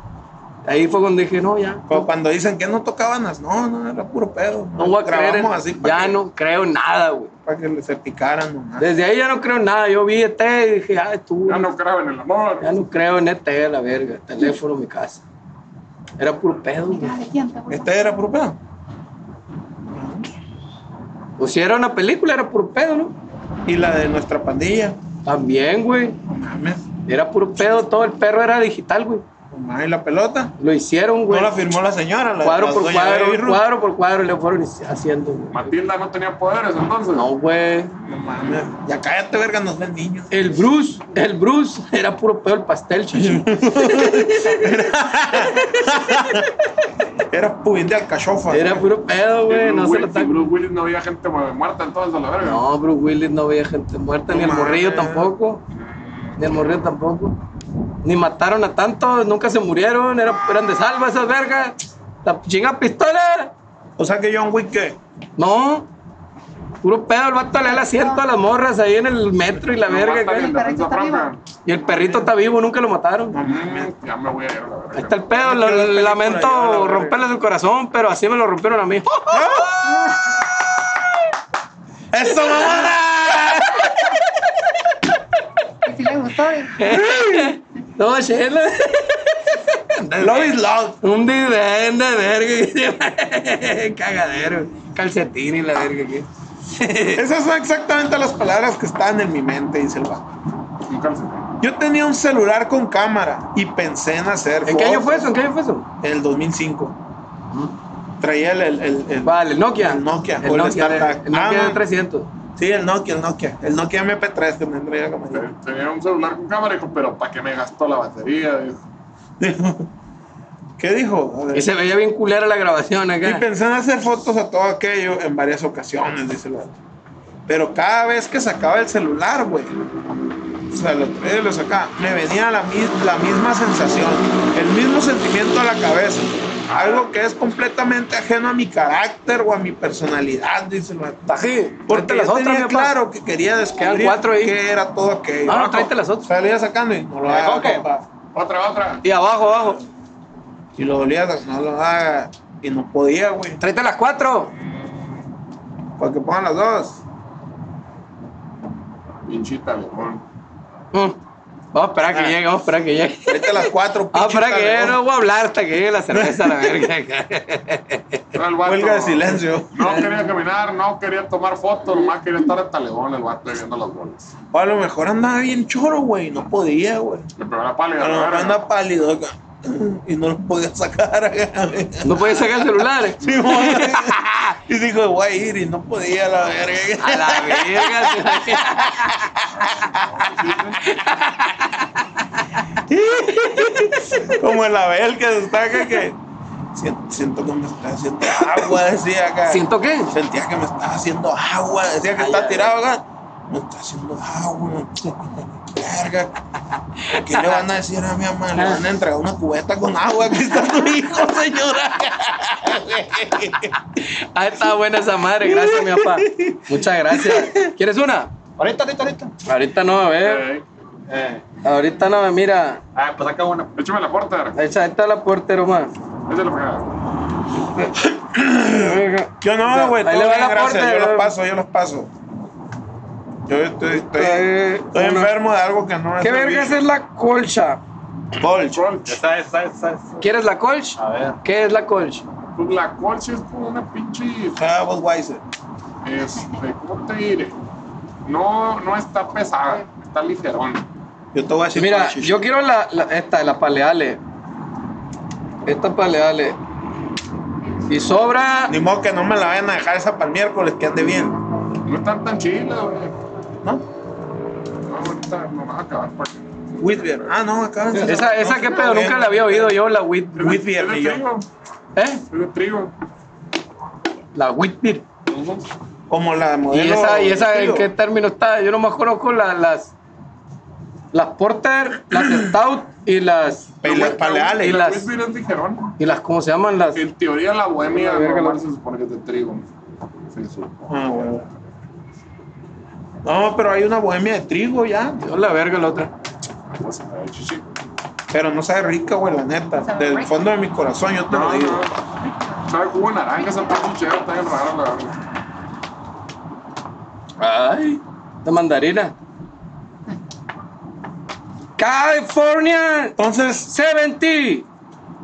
Speaker 2: Ahí fue cuando dije, no, ya,
Speaker 3: O cuando dicen que no tocaban las, no, no, era puro pedo.
Speaker 2: no voy a creer, en-
Speaker 3: Grabamos así para
Speaker 2: ya
Speaker 3: que,
Speaker 2: no creo nada, güey.
Speaker 3: para que se picaran nomás.
Speaker 2: Desde ahí ya no creo en nada, yo vi ET y dije, ah, tú,
Speaker 1: Ya no creo en el amor.
Speaker 2: ya no creo en ET, a la verga, teléfono, mi casa. Era puro pedo, güey.
Speaker 4: Ay, ¿quién te gusta?
Speaker 3: Este era puro pedo.
Speaker 2: O si era una película, era puro pedo, ¿no?
Speaker 3: Y la de nuestra pandilla.
Speaker 2: También, güey,
Speaker 3: No mames.
Speaker 2: era puro pedo, todo el perro era digital, güey.
Speaker 3: Nomás y la pelota.
Speaker 2: Lo hicieron, güey.
Speaker 3: No la firmó la señora. La,
Speaker 2: Cuadro
Speaker 3: la
Speaker 2: por
Speaker 3: doña Baby
Speaker 2: cuadro,
Speaker 3: Ruth.
Speaker 2: cuadro por cuadro, le fueron haciendo, güey.
Speaker 1: Matilda no tenía poderes entonces.
Speaker 2: No, güey.
Speaker 3: No mames. Ya cállate, verga, nos ven niños.
Speaker 2: El Bruce, el Bruce era puro pedo el pastel, chichi.
Speaker 3: Era pudín de alcachofa.
Speaker 2: Era puro pedo,
Speaker 1: Y
Speaker 2: güey.
Speaker 1: Bruce
Speaker 2: No se lo
Speaker 1: Willis- y
Speaker 2: tan...
Speaker 1: Bruce Willis no había gente mu- muerta entonces a la verga.
Speaker 2: No, Bruce Willis no veía gente muerta,
Speaker 3: No
Speaker 2: ni el
Speaker 3: mames.
Speaker 2: morrillo tampoco. Ni el morrillo tampoco. Ni mataron a tantos, nunca se murieron, era- eran de salva esas vergas. La chinga pistola.
Speaker 3: O sea que John Wick, ¿qué?
Speaker 2: No. Puro pedo, el vato le da el asiento a las morras ahí en el metro y la
Speaker 1: No
Speaker 2: verga.
Speaker 1: matan
Speaker 2: acá.
Speaker 1: en defensa
Speaker 4: Pero ahí está
Speaker 1: propia.
Speaker 4: vivo.
Speaker 2: Y el perrito está vivo, nunca lo mataron.
Speaker 1: No mames, ya me voy a ir a la
Speaker 2: Ahí
Speaker 1: verga.
Speaker 2: está el pedo,
Speaker 3: Hay que ver
Speaker 2: lo-
Speaker 3: película
Speaker 2: lamento
Speaker 3: ya, la verga.
Speaker 2: romperle su corazón, pero así me lo rompieron a mí.
Speaker 3: ¡Eso, mamada!
Speaker 4: Y si le gustó, dice,
Speaker 2: No, Shela.
Speaker 3: love is love.
Speaker 2: Un divén de verga. Cagadero. Calcetín y la verga. ¿qué?
Speaker 3: Esas son exactamente las palabras que estaban en mi mente, dice el vato.
Speaker 1: Un calcetín.
Speaker 3: Yo tenía un celular con cámara y pensé en hacer
Speaker 2: ¿En qué año
Speaker 3: fotos.
Speaker 2: fue eso? ¿En qué año fue eso?
Speaker 3: En el 2005. Traía el, el, el, el-
Speaker 2: Vale, el Nokia.
Speaker 3: El Nokia, o
Speaker 2: El
Speaker 3: el
Speaker 2: Nokia,
Speaker 3: StarTag.
Speaker 2: el- el Nokia
Speaker 3: Ah,
Speaker 2: de
Speaker 3: no.
Speaker 2: 300.
Speaker 3: Sí, el Nokia, el Nokia. El Nokia MP3 que me entrega la camarita.
Speaker 1: Tenía un celular con cámara, dijo, pero ¿para qué me gastó la batería? Dijo.
Speaker 3: ¿Qué dijo? A ver.
Speaker 2: Y se veía bien culera la grabación
Speaker 3: Y
Speaker 2: acá.
Speaker 3: pensé en hacer fotos a todo aquello en varias ocasiones, dice el vato. Pero cada vez que sacaba el celular, güey, o sea, lo traía y lo sacaba, me venía la, mis- la misma sensación, el mismo sentimiento a la cabeza. Algo que es completamente ajeno a mi carácter o a mi personalidad, dice el vato.
Speaker 2: Sí,
Speaker 3: Porque
Speaker 2: tráete las
Speaker 3: yo
Speaker 2: otras, mi
Speaker 3: tenía
Speaker 2: papá.
Speaker 3: claro que quería descubrir
Speaker 2: cuatro ahí.
Speaker 3: qué era todo aquello.
Speaker 2: Ah, no, tráete las otras.
Speaker 3: Salía sacando y no lo
Speaker 1: Ah,
Speaker 3: haga,
Speaker 1: ok.
Speaker 3: compa.
Speaker 1: Otra, otra.
Speaker 2: Y abajo, abajo.
Speaker 3: Y lo dolía, pues no lo haga. Y no podía, güey.
Speaker 2: Tráete las cuatro.
Speaker 3: Para que pongan las dos.
Speaker 1: Pinchita, limón.
Speaker 2: Mm. Vamos a esperar que
Speaker 3: Ah.
Speaker 2: llegue, vamos a esperar que llegue.
Speaker 3: Vete a las cuatro.
Speaker 2: Vamos a
Speaker 3: pinche
Speaker 2: esperar que llegue,
Speaker 3: tarde,
Speaker 2: no voy a hablar hasta que llegue la cerveza a la verga.
Speaker 1: Era el vato.
Speaker 3: Huelga de silencio.
Speaker 1: No quería caminar, no quería tomar fotos, nomás quería estar en talegón el vato viendo las bolas.
Speaker 3: O a lo mejor andaba bien choro, güey. No podía, güey.
Speaker 1: Le pegó la
Speaker 3: A lo mejor
Speaker 1: pálida.
Speaker 3: andaba pálido acá. Y no lo podía sacar acá, güey.
Speaker 2: No puedes sacar celulares.
Speaker 3: Sí, güey. Y dijo, voy a ir y no podía la verga.
Speaker 2: A la verga. sí.
Speaker 3: Como el Abel que está acá que. Siento, siento que me está haciendo agua, decía acá.
Speaker 2: ¿Siento qué?
Speaker 3: Sentía que me estaba haciendo agua, decía que
Speaker 2: Ay,
Speaker 3: estaba
Speaker 2: ay,
Speaker 3: tirado acá. Me está haciendo agua, verga. ¿Qué le van a decir a mi
Speaker 2: Ah.
Speaker 3: mamá? Le van a entregar una cubeta con agua. Aquí está tu hijo, señora.
Speaker 2: Ah, está buena esa madre. Gracias, mi papá. Muchas gracias. ¿Quieres una?
Speaker 5: Ahorita, ahorita, ahorita.
Speaker 2: Ahorita no, a ver.
Speaker 1: Eh,
Speaker 5: Eh,
Speaker 2: Ahorita no, mira.
Speaker 5: ah, pues acá una.
Speaker 1: échame la puerta.
Speaker 2: Ahí está ahí está la portero, más.
Speaker 1: Esa es la primera.
Speaker 3: Yo no, güey. todo
Speaker 2: Ahí
Speaker 3: bien,
Speaker 2: le va el
Speaker 3: gracias.
Speaker 2: aporte,
Speaker 3: Yo los
Speaker 2: eh.
Speaker 3: paso, yo los paso. Yo estoy, estoy,
Speaker 2: Eh,
Speaker 3: estoy
Speaker 2: una-
Speaker 3: enfermo de algo que no es.
Speaker 2: ¿Qué vergas es la colcha?
Speaker 3: Colch.
Speaker 5: Esa, esa, esa, esa.
Speaker 2: ¿Quieres la colch?
Speaker 5: A ver.
Speaker 2: ¿Qué es la colch?
Speaker 1: Pues la cual sí es como una pinche.
Speaker 3: Ah, Budweiser.
Speaker 1: Este, ¿cómo te diré? No, no está pesada, está ligerona.
Speaker 3: Yo te voy a decir
Speaker 2: Mira,
Speaker 3: Colch.
Speaker 2: yo quiero la, la- esta, la paleale. Esta paleale. Y sobra.
Speaker 3: Ni modo que no me la vayan a dejar esa para el miércoles, que ande bien.
Speaker 1: No están tan chilas, güey.
Speaker 3: ¿No?
Speaker 1: No, ahorita no van a acabar. pues. porque-
Speaker 3: Whitbeer. Ah, no, acá.
Speaker 2: Esa, esa qué pedo, nunca la había oído yo, la wheat.
Speaker 1: Es de-
Speaker 3: Whitbeer,
Speaker 1: es de
Speaker 3: y yo.
Speaker 1: trigo,
Speaker 2: ¿Eh?
Speaker 1: Es de trigo.
Speaker 2: La wheat beer.
Speaker 1: Ujú.
Speaker 3: Como la
Speaker 2: ¿Y
Speaker 3: modelo.
Speaker 2: esa, y esa en
Speaker 3: tío.
Speaker 2: qué término está? Yo nomás conozco la- las. Las Porter, las Stout y las.
Speaker 3: Y las paleales.
Speaker 2: Y
Speaker 1: La
Speaker 2: las.
Speaker 1: Whitbeer es ligerona.
Speaker 2: Y las, ¿cómo se llaman? Las.
Speaker 1: En teoría la bohemia
Speaker 2: La verga, la-
Speaker 1: normal se supone que es de trigo. Se supone.
Speaker 3: Ah, güey. No, pero hay una bohemia de trigo ya.
Speaker 2: Yo la verga la otra.
Speaker 1: Pues, eh, chichi.
Speaker 3: Pero no sabe rica, güey, la neta. Del fondo de mi corazón, yo te
Speaker 1: No,
Speaker 3: lo
Speaker 1: no.
Speaker 3: digo.
Speaker 1: Sabe jugo de naranja esa pinche chévere, está bien rara la verdad.
Speaker 2: Ay. La mandarina. California
Speaker 3: Entonces,
Speaker 2: 70.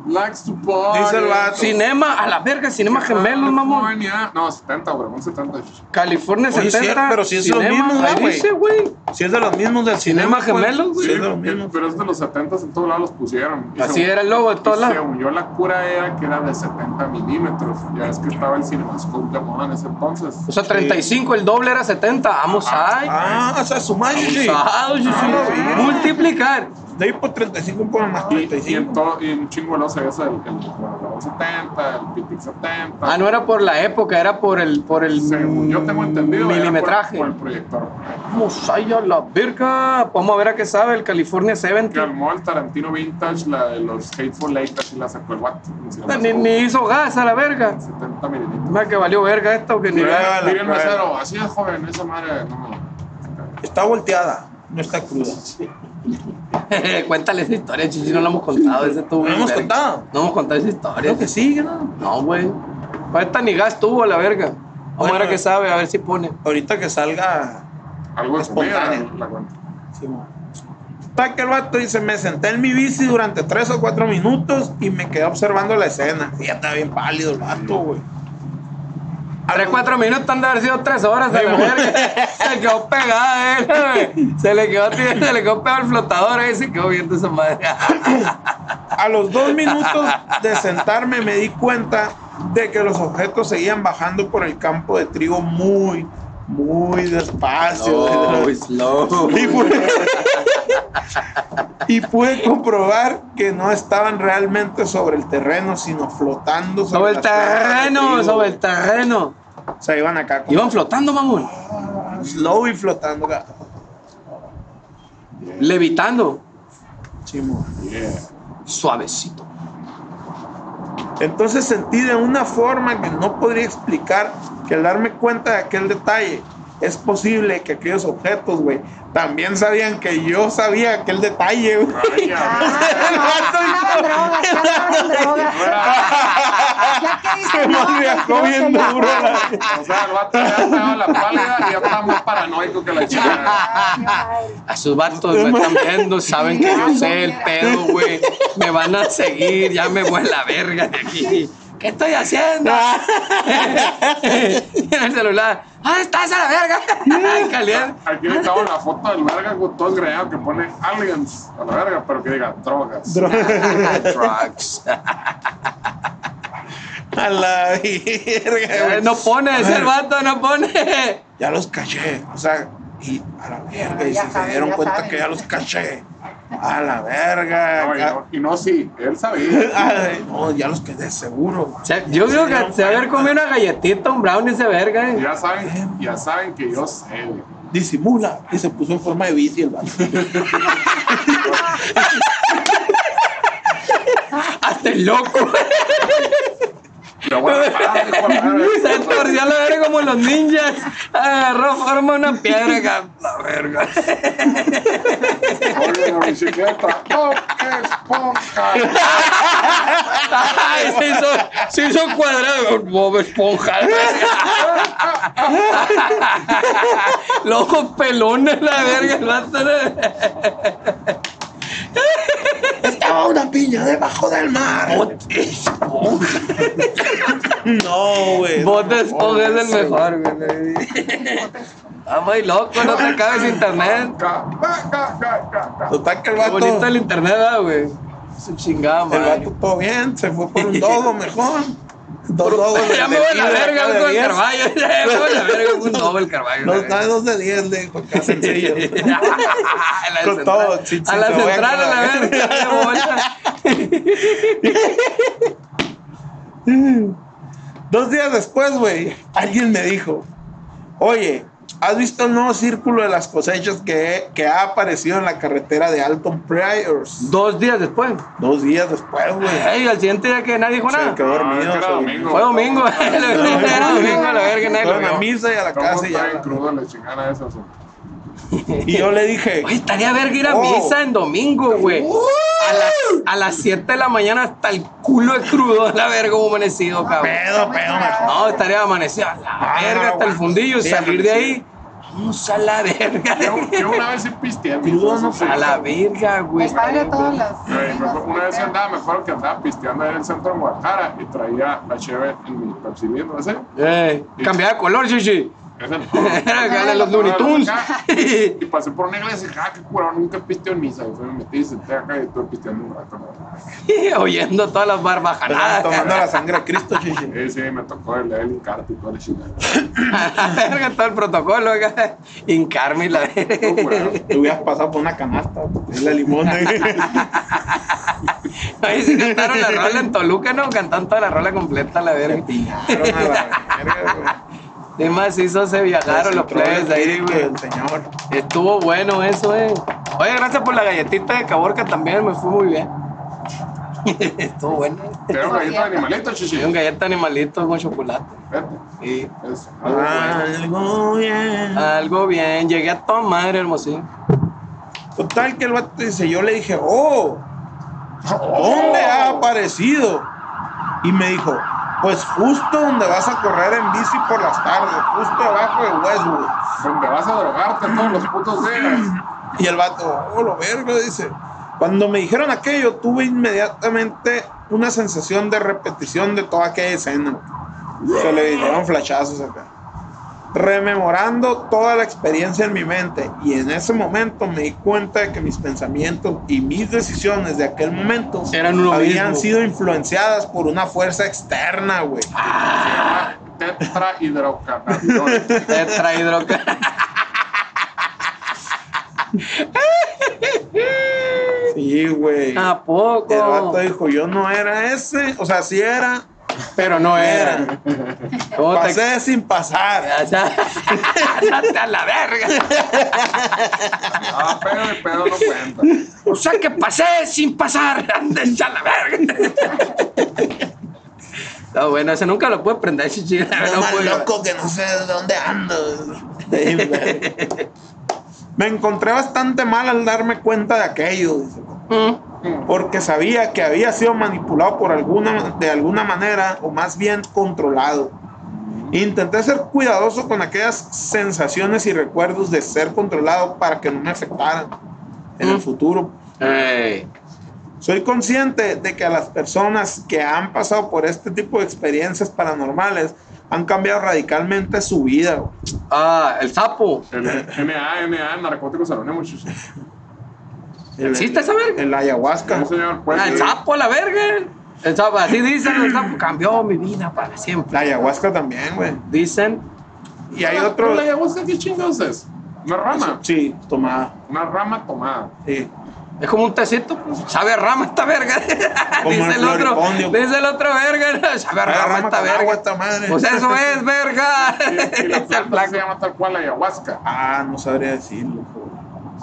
Speaker 1: Likes to party.
Speaker 3: Dice el vato.
Speaker 2: Cinema, a la verga, cinema e- gemelos, mamón.
Speaker 1: California. No, 70, güey, un 70. chichi.
Speaker 2: California
Speaker 3: Oye,
Speaker 2: 70.
Speaker 3: sí, pero sí es lo
Speaker 2: cinema,
Speaker 3: mismo,
Speaker 2: ahí
Speaker 3: güey.
Speaker 2: dice, güey.
Speaker 3: si es de los mismos del
Speaker 2: Cinema
Speaker 3: cinema. pues,
Speaker 2: gemelos,
Speaker 3: Si
Speaker 2: güey.
Speaker 1: Sí,
Speaker 3: es de los
Speaker 1: eh,
Speaker 3: mismos.
Speaker 1: pero es de los 70 en todos lados los pusieron. Y
Speaker 2: Así
Speaker 1: según-
Speaker 2: era el logo de todos
Speaker 1: y
Speaker 2: lados.
Speaker 1: Según yo, la cura era que era de 70 milímetros. Ya es que estaba el CinemaScope de moda en ese entonces.
Speaker 2: O sea, 35, el doble era 70. Vamos, ay.
Speaker 3: Ah, o sea, sumar, sí.
Speaker 2: Abusado, sí, sí.
Speaker 3: Ah, bien.
Speaker 2: Multiplicar.
Speaker 3: De ahí por 35 por más
Speaker 1: Y, y en
Speaker 3: 35.
Speaker 1: todo, y en chingo los había el, el, el 70, el Pitic 70.
Speaker 2: Ah, no era por la época, era por el, por el
Speaker 1: Según yo tengo entendido, era
Speaker 2: milimetraje.
Speaker 1: Por, por el proyector.
Speaker 2: Vamos, ay, a la verga. Vamos a ver a qué sabe el California 70.
Speaker 1: Que armó el Tarantino Vintage, la de los Hateful Late, así la sacó el Watt. en CinemaScope.
Speaker 2: Ni, ni hizo gas a la verga.
Speaker 1: 70 milímetros.
Speaker 2: Mira que valió verga esto que ni
Speaker 3: Mira,
Speaker 2: verga.
Speaker 3: la
Speaker 1: Miren,
Speaker 3: prueba.
Speaker 1: mesero, así es joven, esa madre. No.
Speaker 3: Está volteada, no está cruda.
Speaker 2: Cuéntale esa historia, chichi, no la hemos contado. Ese tuvo
Speaker 3: ¿No
Speaker 2: bien
Speaker 3: hemos
Speaker 2: verga.
Speaker 3: contado?
Speaker 2: No hemos contado esa historia.
Speaker 3: Creo que sí, ¿no?
Speaker 2: No, güey. Pues esta ni gas tuvo a la verga. Vamos a ver a
Speaker 3: Bueno.
Speaker 2: qué sabe, a ver si pone.
Speaker 3: Ahorita que salga.
Speaker 1: Algo de comida,
Speaker 3: Espontáneo.
Speaker 1: la cuenta.
Speaker 3: sí, mo. Está que el vato dice: Me senté en mi bici durante 3 o 4 minutos y me quedé observando la escena. Y ya está bien pálido el vato, güey. A
Speaker 2: Tres,
Speaker 3: los-
Speaker 2: cuatro minutos han de haber sido tres horas a la
Speaker 3: Sí, mo.
Speaker 2: verga. Se quedó pegada, eh. güey. Se le quedó, se le quedó pegado el flotador ahí, se quedó viendo esa madre.
Speaker 3: A los dos minutos de sentarme me di cuenta de que los objetos seguían bajando por el campo de trigo muy, muy despacio.
Speaker 2: Slow, slow.
Speaker 3: Y pude, y pude comprobar que no estaban realmente sobre el terreno, sino flotando
Speaker 2: Sobre el
Speaker 3: las plantas de
Speaker 2: terreno,
Speaker 3: trigo.
Speaker 2: sobre el terreno.
Speaker 3: O sea, iban acá como
Speaker 2: Iban flotando, mamón.
Speaker 3: slow y flotando. acá.
Speaker 2: Levitando.
Speaker 3: Sí, mo.
Speaker 1: Yeah.
Speaker 2: Suavecito.
Speaker 3: Entonces sentí de una forma que no podría explicar que al darme cuenta de aquel detalle, es posible que aquellos objetos, güey, también sabían que yo sabía aquel detalle, güey.
Speaker 1: Ay, ya.
Speaker 4: Ah, drogas, ya andaban drogas. Ya
Speaker 3: Se
Speaker 4: que dice,
Speaker 3: me
Speaker 4: no,
Speaker 3: viajó
Speaker 4: creo
Speaker 3: bien
Speaker 4: que ya.
Speaker 3: duro la-
Speaker 1: O sea, el vato ya estaba la pálida y ya está más paranoico que la chica.
Speaker 4: Ay,
Speaker 2: A sus vatos me están viendo, saben que yo sé el pedo, güey. Me van a seguir, ya me voy a la verga de aquí. ¿Qué estoy haciendo? en el celular. ¡Ah, estás a la verga! Ay, caliente.
Speaker 1: Aquí le cago la foto del verga con todo greado que pone aliens a la verga, pero que diga drogas.
Speaker 2: Drugs.
Speaker 3: A la verga,
Speaker 2: Eh,
Speaker 3: güey.
Speaker 2: No pone, ese el vato no pone.
Speaker 3: Ya los caché, o sea, y a la verga, y
Speaker 4: Ya
Speaker 3: si se
Speaker 4: saben,
Speaker 3: dieron
Speaker 4: ya
Speaker 3: cuenta
Speaker 4: saben.
Speaker 3: que ya los caché. A la verga.
Speaker 1: No, y, no, y no, sí, él sabía.
Speaker 3: Ay, no, ya los quedé seguro.
Speaker 2: Se- Yo digo que se haber comido una galletita, un brownie ese verga. eh.
Speaker 1: Ya saben, ya saben que yo sé. güey.
Speaker 3: disimula y se puso en forma de bici el vato.
Speaker 2: Hasta el loco.
Speaker 1: Pero bueno, ah, hijo de la verga.
Speaker 2: Se torció a la verga como los ninjas. Agarró forma de una piedra, cabrón.
Speaker 1: Oye, la bicicleta. ¡Oh, qué esponja!
Speaker 2: Ay, se hizo, se hizo cuadrado. Bob Esponja. Loco pelón en la verga. el vato, eh. ¿no?
Speaker 3: Estaba una piña debajo del mar.
Speaker 2: Oh,
Speaker 3: No, güey.
Speaker 2: Bob Esponja es el mejor, güey. Ah, muy loco, no te acabes internet.
Speaker 1: Ca, ca, ca, ca, ca.
Speaker 3: Total que el
Speaker 2: Qué
Speaker 3: vato.
Speaker 2: bonito el internet, ah, güey. Su chingada,
Speaker 3: El
Speaker 2: madre.
Speaker 3: vato todo bien, se fue por un dodo mejor. Dos dogos.
Speaker 2: Ya me
Speaker 3: de
Speaker 2: voy a la
Speaker 3: vida,
Speaker 2: verga
Speaker 3: acá de
Speaker 2: voy con el
Speaker 3: diez.
Speaker 2: Carballo. Ya me voy a la verga con un doble el Carballo.
Speaker 3: Dos,
Speaker 2: la
Speaker 3: dale dos de diez, le dijo acá sencillo.
Speaker 2: verga. A la
Speaker 3: Con
Speaker 2: central.
Speaker 3: todo, sin-
Speaker 2: A
Speaker 3: sin
Speaker 2: la
Speaker 3: cebolla,
Speaker 2: central, a la
Speaker 3: claro.
Speaker 2: verga. ya me voy a-
Speaker 3: Dos días después, güey, alguien me dijo, oye, ¿has visto el nuevo círculo de las cosechas que, que ha aparecido en la carretera de Alton Priors?
Speaker 2: Dos días después.
Speaker 3: Dos días después, güey.
Speaker 2: Ey, al siguiente día que nadie dijo
Speaker 3: Se
Speaker 2: nada.
Speaker 3: quedó
Speaker 1: Ah,
Speaker 3: dormido.
Speaker 1: que era
Speaker 3: se-
Speaker 1: domingo.
Speaker 2: Fue domingo. Era domingo, a la verga, nadie
Speaker 3: Fue a la
Speaker 2: lo vio.
Speaker 3: misa y a la
Speaker 1: ¿Cómo
Speaker 3: casa y
Speaker 1: está
Speaker 3: ya.
Speaker 1: bien crudo la chingada esa? su-
Speaker 3: Y yo le dije,
Speaker 2: Oye, estaría verga ir a
Speaker 3: Oh.
Speaker 2: misa en domingo, güey. A las, a las 7 de la mañana hasta el culo de crudo, a la verga, como amanecido, cabrón.
Speaker 4: pues,
Speaker 3: pedo, pedo, mejor.
Speaker 2: No, estaría amanecido a la
Speaker 3: Ah,
Speaker 2: verga hasta el
Speaker 3: bueno.
Speaker 2: fundillo,
Speaker 3: Sí,
Speaker 2: salir de
Speaker 3: amanecido.
Speaker 2: ahí. Vamos a la verga.
Speaker 1: Yo, yo una vez sí pisteé. mi
Speaker 3: Crudo,
Speaker 1: hijo,
Speaker 3: no
Speaker 1: sí.
Speaker 3: sé.
Speaker 2: A la verga, güey.
Speaker 4: El padre de
Speaker 2: pues,
Speaker 4: todos los.
Speaker 1: Güey, me acuerdo- eh, pues, Una vez andaba mejor que andaba pisteando ahí en el centro de Guadalajara y traía la cheve en mi Pepsi Vidrio, ese.
Speaker 2: Eh, cambiaba de color, chichi.
Speaker 1: Ese no.
Speaker 2: Era que eran los Looney Tunes.
Speaker 1: Y pasé por una iglesia y dije, ah, qué curado, nunca pisteo en misa. Y fui, me metí y senté acá y estuve pisteando un rato. ¿no?
Speaker 2: Oyendo todas las
Speaker 3: Estás "Pues tomando
Speaker 2: barbajanadas.
Speaker 3: la sangre a Cristo, chichi.
Speaker 1: Sí, sí, me tocó el el encarte y toda la chingada.
Speaker 2: A la verga, todo el protocolo acá. Incarme y la verga.
Speaker 1: Estuvo curado.
Speaker 3: Te hubieras pasado por una canasta, es la limón.
Speaker 2: Ahí sí cantaron la rola en Toluca, ¿no? Cantaron toda la rola completa, la verga.
Speaker 3: Fueron a la verga, güey.
Speaker 2: De más hizo, se viajaron los
Speaker 3: Entró
Speaker 2: plebes de ahí,
Speaker 3: espíritu
Speaker 2: güey.
Speaker 3: del Señor.
Speaker 2: Estuvo bueno eso, eh. Oye, gracias por la galletita de Caborca también, me fue muy bien. Estuvo bueno.
Speaker 1: Te dieron galleta de animalito, chichi.
Speaker 2: Tiene un galleta animalito con chocolate.
Speaker 1: Vete.
Speaker 2: Sí. Ah.
Speaker 1: Es algo bueno.
Speaker 3: Algo bien.
Speaker 2: Algo bien, llegué a toda madre, hermosillo.
Speaker 3: Total que el vato dice, yo le dije, oh, ¿dónde ha
Speaker 1: Oh,
Speaker 3: aparecido? Y me dijo, pues justo donde vas a correr en bici por las tardes, justo debajo de Westwood.
Speaker 1: Donde vas a drogarte todos los putos días.
Speaker 3: Y el vato, oh, lo verga, dice. Cuando me dijeron aquello, tuve inmediatamente una sensación de repetición de toda aquella escena. Se le dieron flashazos acá. Rememorando toda la experiencia en mi mente. Y en ese momento me di cuenta de que mis pensamientos y mis decisiones de aquel momento
Speaker 2: Eran uno
Speaker 3: habían
Speaker 2: mismo.
Speaker 3: sido influenciadas por una fuerza externa, güey.
Speaker 1: Ah, Tetrahidrocanabinol.
Speaker 2: Tetrahidroca.
Speaker 3: Sí, güey.
Speaker 2: ¿A
Speaker 3: El
Speaker 2: poco?
Speaker 3: vato dijo, yo no era ese. O sea, sí era.
Speaker 2: Pero no era. ¿Cómo te
Speaker 3: Pasé sin pasar.
Speaker 2: O sea, Andate a la verga.
Speaker 1: Ah, pero el pedo no cuenta.
Speaker 2: O sea que pasé sin pasar. Andes a la verga. No, bueno, ese nunca lo puede prender, chichi. No,
Speaker 3: Ando más
Speaker 2: puedo.
Speaker 3: loco que no sé de dónde ando. Me encontré bastante mal al darme cuenta de aquello, dice,
Speaker 2: Mm.
Speaker 3: porque sabía que había sido manipulado por alguna, de alguna manera, o más bien controlado. Intenté ser cuidadoso con aquellas sensaciones y recuerdos de ser controlado para que no me afectaran en el
Speaker 2: Mm.
Speaker 3: futuro.
Speaker 2: Ey.
Speaker 3: Soy consciente de que a las personas que han pasado por este tipo de experiencias paranormales han cambiado radicalmente su vida. güey.
Speaker 2: Ah, el sapo.
Speaker 1: El NA, NA, narcóticos anónimos. chichi.
Speaker 3: El-
Speaker 2: ¿Existe esa verga?
Speaker 3: El ayahuasca.
Speaker 1: No, señor, pues.
Speaker 2: Ah, el sapo a la verga. El sapo, así dicen, el sapo cambió mi vida para siempre.
Speaker 3: La ayahuasca también, güey.
Speaker 2: Dicen,
Speaker 3: Y hay
Speaker 1: Ah,
Speaker 3: otro.
Speaker 1: ¿La ayahuasca qué chingados es? Una rama.
Speaker 3: Sí, tomada.
Speaker 1: Una rama tomada.
Speaker 3: Sí.
Speaker 2: Es como un tecito, pues, sabe a rama esta verga.
Speaker 3: Como el
Speaker 2: dice el otro,
Speaker 3: floripondio.
Speaker 2: dice el otro verga, no, sabe a
Speaker 3: Ay,
Speaker 2: rama
Speaker 3: rama
Speaker 2: esta
Speaker 3: con agua,
Speaker 2: verga.
Speaker 3: esta madre.
Speaker 2: Pues eso es, verga.
Speaker 1: Y, y la
Speaker 2: Dice el
Speaker 1: planta se
Speaker 2: flaco.
Speaker 1: llama tal cual ayahuasca.
Speaker 3: Ah, no sabría decirlo.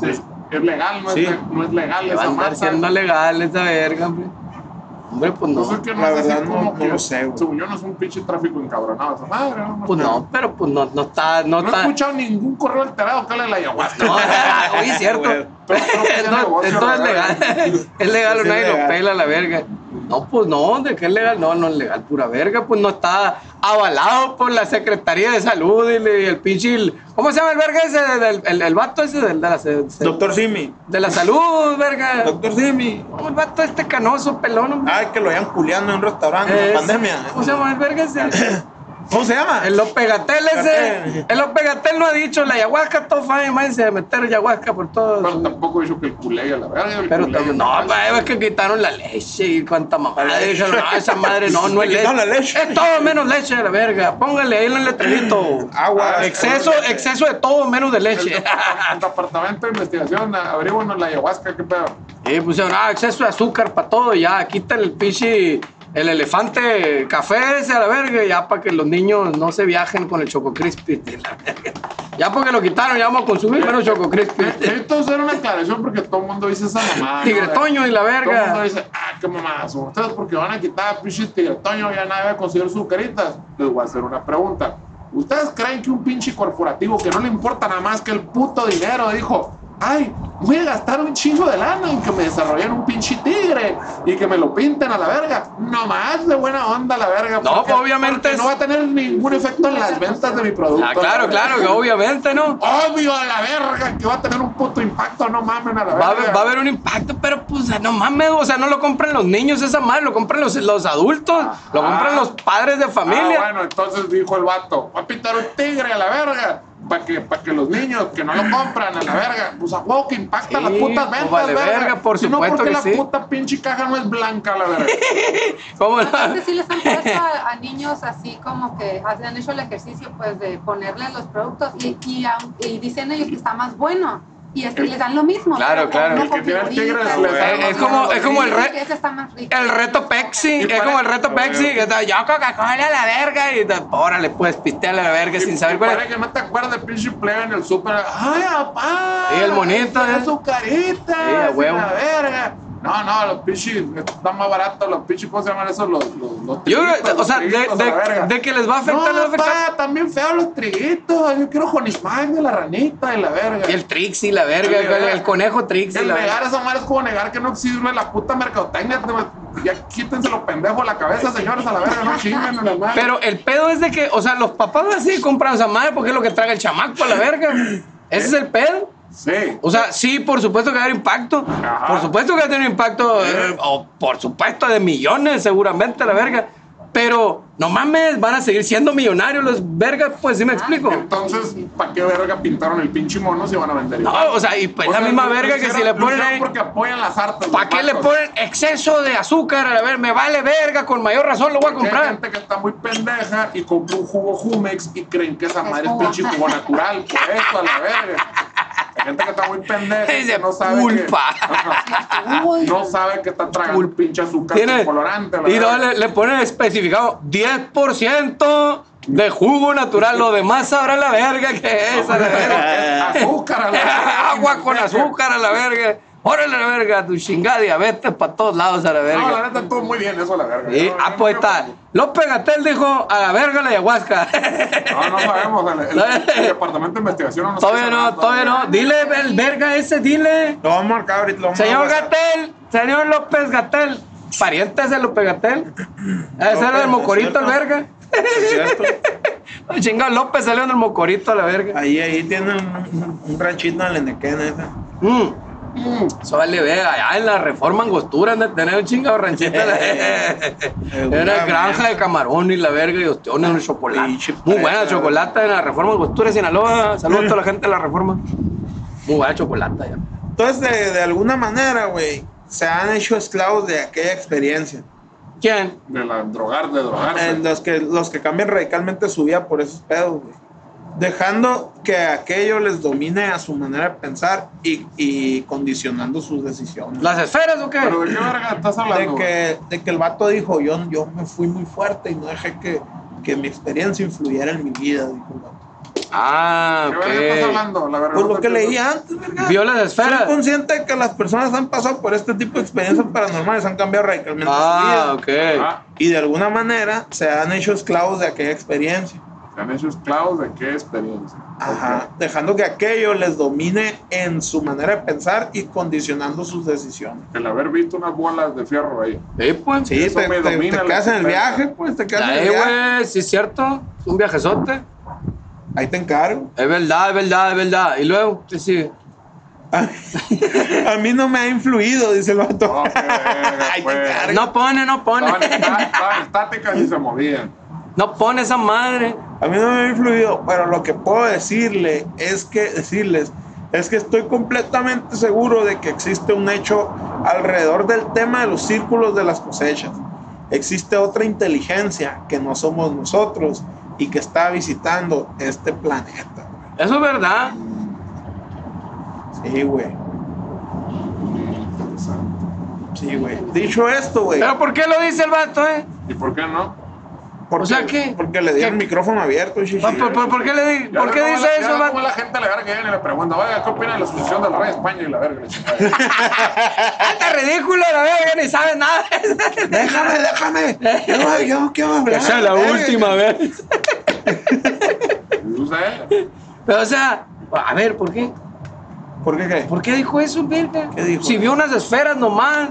Speaker 3: güey.
Speaker 1: Es, es legal, no,
Speaker 3: Sí.
Speaker 1: es, le- no es legal
Speaker 2: Va a
Speaker 1: esa
Speaker 2: andar
Speaker 1: masa.
Speaker 2: siendo legal esta verga, hombre. Hombre, pues
Speaker 1: Pues es
Speaker 2: no.
Speaker 1: que
Speaker 3: La
Speaker 1: no es así
Speaker 3: verdad, no-
Speaker 1: como
Speaker 3: no
Speaker 1: que-
Speaker 3: lo sé, güey.
Speaker 1: Según yo, no es un pinche tráfico encabronado. Esa madre, no,
Speaker 2: Pues
Speaker 1: sé.
Speaker 2: no, pero pues no, no está, no
Speaker 1: No he
Speaker 2: está.
Speaker 1: escuchado ningún correo alterado que hable de la ayahuasca.
Speaker 2: No, oye, es cierto.
Speaker 3: Güey.
Speaker 1: Pero creo que es
Speaker 2: No,
Speaker 1: negocio,
Speaker 2: esto es
Speaker 1: ¿verdad?
Speaker 2: legal. Es legal,
Speaker 3: Sí,
Speaker 2: nadie lo
Speaker 3: legal.
Speaker 2: pela la verga. No, pues no, ¿de qué es legal? No, no es legal, pura verga, pues no está avalado por la Secretaría de Salud y le- el pinche. el- ¿Cómo se llama el verga ese? del- El, el, vato ese del- de, la, se- se-
Speaker 3: Doctor Simi.
Speaker 2: de la salud, verga.
Speaker 3: Doctor Simi.
Speaker 2: ¿Cómo el vato este canoso, pelón, hombre?
Speaker 3: Ah, que lo hayan culeando en un restaurante en
Speaker 2: Es-
Speaker 3: la pandemia.
Speaker 2: ¿Cómo se llama el verga ese?
Speaker 3: ¿Cómo se llama?
Speaker 2: El López Gatel ese.
Speaker 3: Gatel.
Speaker 2: El López Gatel no ha dicho la ayahuasca, todo fine, váyanse a meter ayahuasca por todo.
Speaker 1: Pero tampoco he dicho que el culé a la verga. el
Speaker 2: Pero
Speaker 1: culé,
Speaker 2: también, no, güey, es que quitaron la leche y cuánta mamada. Dijeron, no, esa madre no, no es
Speaker 3: Le
Speaker 2: leche.
Speaker 3: quitaron la leche.
Speaker 2: Es todo menos leche de la verga. Póngale ahí en el letrerito.
Speaker 3: Agua.
Speaker 1: Ah,
Speaker 2: Exceso, exceso de todo menos de
Speaker 1: El,
Speaker 2: leche.
Speaker 1: depart- el departamento de investigación, abrimos la ayahuasca, qué pedo.
Speaker 2: Y pusieron, ah, exceso de azúcar para todo, ya, quítale el pichi, el elefante café ese a la verga, ya para que los niños no se viajen con el Choco Crispy. de la verga. Ya porque lo quitaron, ya vamos a consumir menos Choco Crispy.
Speaker 1: Necesito hacer una aclaración porque todo el mundo dice esa mamada. ¿no?
Speaker 2: Tigre
Speaker 1: De-
Speaker 2: Toño y la
Speaker 1: Todo el mundo
Speaker 2: verga.
Speaker 1: dice, ah, qué mamadas. son Ustedes porque van a quitar pinche tigre Toño, ya nadie va a conseguir sus caritas. Les voy a hacer una pregunta. ¿Ustedes creen que un pinche corporativo que no le importa nada más que el puto dinero dijo, ay, voy a gastar un chingo de lana en que me desarrollen un pinche tigre y que me lo pinten a la verga? Nomás de buena onda a la verga.
Speaker 2: No, pues, obviamente
Speaker 1: porque
Speaker 2: es-
Speaker 1: no va a tener ningún efecto en las ventas de mi producto.
Speaker 2: Ah, claro, claro, que obviamente, ¿no?
Speaker 1: Obvio a la verga que va a tener un puto impacto, no mamen a la verga.
Speaker 2: Va a, haber, va a haber un impacto, pero pues no mames, o sea, no lo compran los niños esa madre, lo compran los, los adultos, lo compran los padres de familia.
Speaker 1: Ah, bueno, entonces dijo el vato, va a pintar un tigre a la verga. Para que, pa' que los niños que no lo compran a la verga, pues a huevo que impacta
Speaker 2: Sí,
Speaker 1: las putas
Speaker 2: pues
Speaker 1: ventas,
Speaker 2: vale
Speaker 1: verga.
Speaker 2: verga, por
Speaker 1: Si no,
Speaker 2: supuesto
Speaker 1: porque
Speaker 2: que
Speaker 1: la
Speaker 2: sí.
Speaker 1: puta pinche caja no es blanca, la verga.
Speaker 2: ¿Cómo no?
Speaker 4: Aparte sí les han puesto a, a niños así como que hace- han hecho el ejercicio pues de ponerles los productos y, y, aun- y dicen ellos que está más bueno y así les dan lo mismo.
Speaker 2: Claro,
Speaker 4: pero
Speaker 2: claro.
Speaker 4: con una
Speaker 1: El que tiene el tigre
Speaker 4: configurita,
Speaker 1: les da
Speaker 4: con
Speaker 1: más
Speaker 4: una
Speaker 1: como-
Speaker 4: cosa,
Speaker 1: es como
Speaker 2: el
Speaker 4: dicen
Speaker 2: re-
Speaker 4: que ese está más rico.
Speaker 2: El reto Pepsi,
Speaker 1: Y
Speaker 2: es
Speaker 1: para-
Speaker 2: como el reto Pepsi, que está, yo Coca-Cola a la verga, y te- órale, pues pistear a la verga sin saber cuál
Speaker 1: Para
Speaker 2: es.
Speaker 1: que no te acuerdes, pinche plebe en el súper. ¡Ay, papá!
Speaker 2: Sí, el monito,
Speaker 1: Es
Speaker 2: eh.
Speaker 1: su carita.
Speaker 2: Sí, a huevo.
Speaker 1: La verga. No, no, los pinches están más baratos. Los pinches, ¿cómo se llaman esos? Los, los, los
Speaker 2: Yo creo-
Speaker 1: triguitos,
Speaker 2: o sea, de,
Speaker 1: los triguitos, la verga.
Speaker 2: de- de que les va a afectar, les va
Speaker 1: No,
Speaker 2: a afectar.
Speaker 1: pa, también feos los triguitos. Yo quiero con Ismael de la ranita y la verga.
Speaker 2: Y el Trixie, la verga,
Speaker 1: El-
Speaker 2: el, el conejo Trixie,
Speaker 1: El
Speaker 2: la
Speaker 1: negar
Speaker 2: verga.
Speaker 1: esa madre es como negar que no sirve la puta mercadotecnia. te- Ya quítense los pendejos de la cabeza, señores, a la verga, no chinguen a la madre.
Speaker 2: Pero el pedo es de que, o sea, los papás así compran esa madre porque es lo que traga el chamaco a la verga. Ese es el pedo.
Speaker 1: Sí.
Speaker 2: O sea, sí, por supuesto que va a haber impacto.
Speaker 1: Ajá.
Speaker 2: Por supuesto que va a tener impacto, eh, o por supuesto de millones, seguramente, la verga. Pero no mames, van a seguir siendo millonarios los vergas, pues sí me explico.
Speaker 1: Entonces, ¿para qué verga pintaron el pinche mono si van a vender igual?
Speaker 2: No, o sea, y pues
Speaker 1: O
Speaker 2: la
Speaker 1: sea,
Speaker 2: misma
Speaker 1: lo
Speaker 2: verga que si
Speaker 1: hicieron-
Speaker 2: le
Speaker 1: lo
Speaker 2: ponen
Speaker 1: hicieron
Speaker 2: ahí.
Speaker 1: Porque apoyan las artes.
Speaker 2: ¿Para qué le ponen exceso de azúcar? A ver, me vale verga, con mayor razón lo voy a
Speaker 1: Hay
Speaker 2: comprar.
Speaker 1: gente que está muy pendeja y compra un jugo Jumex y creen que esa
Speaker 4: Es
Speaker 1: madre es
Speaker 4: jugo.
Speaker 1: pinche jugo natural. Por eso, a la verga. Hay gente que está muy pendeja y
Speaker 2: Dice,
Speaker 1: que no sabe.
Speaker 2: "Pulpa".
Speaker 1: Que, Ajá.
Speaker 4: Uy.
Speaker 1: no sabe que está tragando
Speaker 2: Pulpa.
Speaker 1: pinche azúcar
Speaker 2: Tiene-
Speaker 1: con colorante. a la
Speaker 2: y
Speaker 1: verga.
Speaker 2: luego le, le ponen especificado 10% de jugo natural, lo demás sabrá la verga que es. a la verga.
Speaker 1: Es azúcar, a la verga.
Speaker 2: agua con azúcar a la verga. Órale a la verga, tu chingada diabetes para todos lados a la
Speaker 1: No, la
Speaker 2: verga.
Speaker 1: neta, estuvo muy bien eso, a la verga.
Speaker 2: Sí,
Speaker 1: Yo-
Speaker 2: ah,
Speaker 1: yo
Speaker 2: pues
Speaker 1: no-
Speaker 2: está. López Gatel dijo a la verga la ayahuasca.
Speaker 1: No, no sabemos. El, el- el departamento de investigación no nos
Speaker 2: todavía
Speaker 1: dice
Speaker 2: no,
Speaker 1: nada.
Speaker 2: todavía no. Dile el verga ese, dile.
Speaker 3: Lo vamos a marcar ahorita. lo vamos a
Speaker 2: Señor
Speaker 3: guardar.
Speaker 2: Gatel, señor López Gatel. Parientes de López Gatel. Ese era
Speaker 3: López,
Speaker 2: el mocorito el
Speaker 3: ¿cierto?
Speaker 2: verga.
Speaker 3: ¿Es cierto?
Speaker 2: El Chingado López salió del mocorito a la verga.
Speaker 3: Ahí, ahí tiene un, un- un ranchito en el Enequén, esa.
Speaker 2: Mm.
Speaker 1: Mm.
Speaker 2: Eso vale ver, allá en la reforma angostura han de tener un chingado ranchito. la-
Speaker 1: Eh,
Speaker 3: Eh,
Speaker 2: Era granja de camarón y la verga y ostiones, un chocolate.
Speaker 3: Pinche
Speaker 2: Muy buena
Speaker 3: presa.
Speaker 2: chocolata en la reforma angostura de Sinaloa. Saludos a toda la gente de la reforma. Muy buena chocolata ya.
Speaker 3: Entonces, de, de alguna manera, güey, se han hecho esclavos de aquella experiencia.
Speaker 2: ¿Quién?
Speaker 1: De la drogar, de drogarse.
Speaker 3: Eh, los, que, los que cambian radicalmente su vida por esos pedos, güey. Dejando que aquello les domine a su manera de pensar y, y condicionando sus decisiones.
Speaker 2: ¿Las esferas o qué?
Speaker 1: ¿Pero de qué verga estás
Speaker 3: de
Speaker 1: hablando?
Speaker 3: que, de que el vato dijo, yo, yo me fui muy fuerte y no dejé que, que mi experiencia influyera en mi vida, dijo el vato.
Speaker 2: Ah,
Speaker 1: ¿Qué verga estás
Speaker 2: ok.
Speaker 1: pues, hablando? La verga,
Speaker 3: Por
Speaker 1: no
Speaker 3: lo
Speaker 1: te
Speaker 3: que
Speaker 1: entiendo.
Speaker 3: leí antes, verga.
Speaker 2: Vio las
Speaker 3: Soy
Speaker 2: esferas.
Speaker 3: consciente de que las personas han pasado por este tipo de experiencias paranormales, han cambiado radicalmente su vida.
Speaker 2: Ah, ok.
Speaker 1: Ah,
Speaker 3: Y de alguna manera se han hecho esclavos de aquella experiencia.
Speaker 1: Se han hecho esclavos de qué experiencia.
Speaker 3: Ajá, dejando que aquello les domine en su manera de pensar y condicionando sus decisiones.
Speaker 1: El haber visto unas bolas de fierro ahí.
Speaker 2: Sí, pues.
Speaker 3: Sí,
Speaker 1: Eso
Speaker 3: te,
Speaker 1: me
Speaker 3: te- te
Speaker 1: domina la
Speaker 3: quedas en el
Speaker 1: existencia.
Speaker 3: viaje, pues, te quedas en
Speaker 2: Ahí,
Speaker 3: el viaje.
Speaker 2: güey, sí es cierto. Un viajezote.
Speaker 3: Ahí te encargo.
Speaker 2: Es verdad, es verdad, es verdad. Y luego, sí, sí.
Speaker 3: A mí, a mí no me ha influido, dice el vato.
Speaker 1: No, qué verga,
Speaker 3: Ay, qué
Speaker 1: pues.
Speaker 3: carga.
Speaker 2: No pone, no pone.
Speaker 1: Estaban, está- estaban estáticas y se movían.
Speaker 2: No pone esa madre.
Speaker 3: A mí no me ha influido, pero lo que puedo decirle es que decirles es que estoy completamente seguro de que existe un hecho alrededor del tema de los círculos de las cosechas. Existe otra inteligencia que no somos nosotros y que está visitando este planeta.
Speaker 2: Eso es verdad.
Speaker 3: Sí, güey.
Speaker 1: Interesante.
Speaker 3: Sí, güey. Dicho esto, güey.
Speaker 2: Pero ¿por qué lo dice el vato, eh?
Speaker 1: ¿Y por qué no?
Speaker 3: porque-
Speaker 2: o sea, ¿qué?
Speaker 3: Porque le dieron
Speaker 2: ¿Qué?
Speaker 3: el micrófono abierto. chichi.
Speaker 2: ¿Por, por- por- por qué, le di-
Speaker 1: Ya
Speaker 2: por
Speaker 1: ves
Speaker 2: qué
Speaker 1: cómo
Speaker 2: dice
Speaker 1: la- ya
Speaker 2: eso
Speaker 1: ves
Speaker 2: el
Speaker 1: cómo
Speaker 2: vato?
Speaker 1: la gente le verga que viene y le pregunta, oiga, ¿qué opina de la asociación del rey de España y la verga? Y la chingada?
Speaker 2: Ah, Está ridículo, la verga, ni sabe nada.
Speaker 3: Déjame, déjame. Yo no, yo no quiero hablar. verga.
Speaker 2: vez.
Speaker 1: No sé.
Speaker 2: Pero, o sea, a ver, ¿por qué?
Speaker 3: ¿Por qué qué?
Speaker 2: ¿Por qué dijo eso, verga?
Speaker 3: ¿Qué dijo?
Speaker 2: Si vio unas esferas nomás.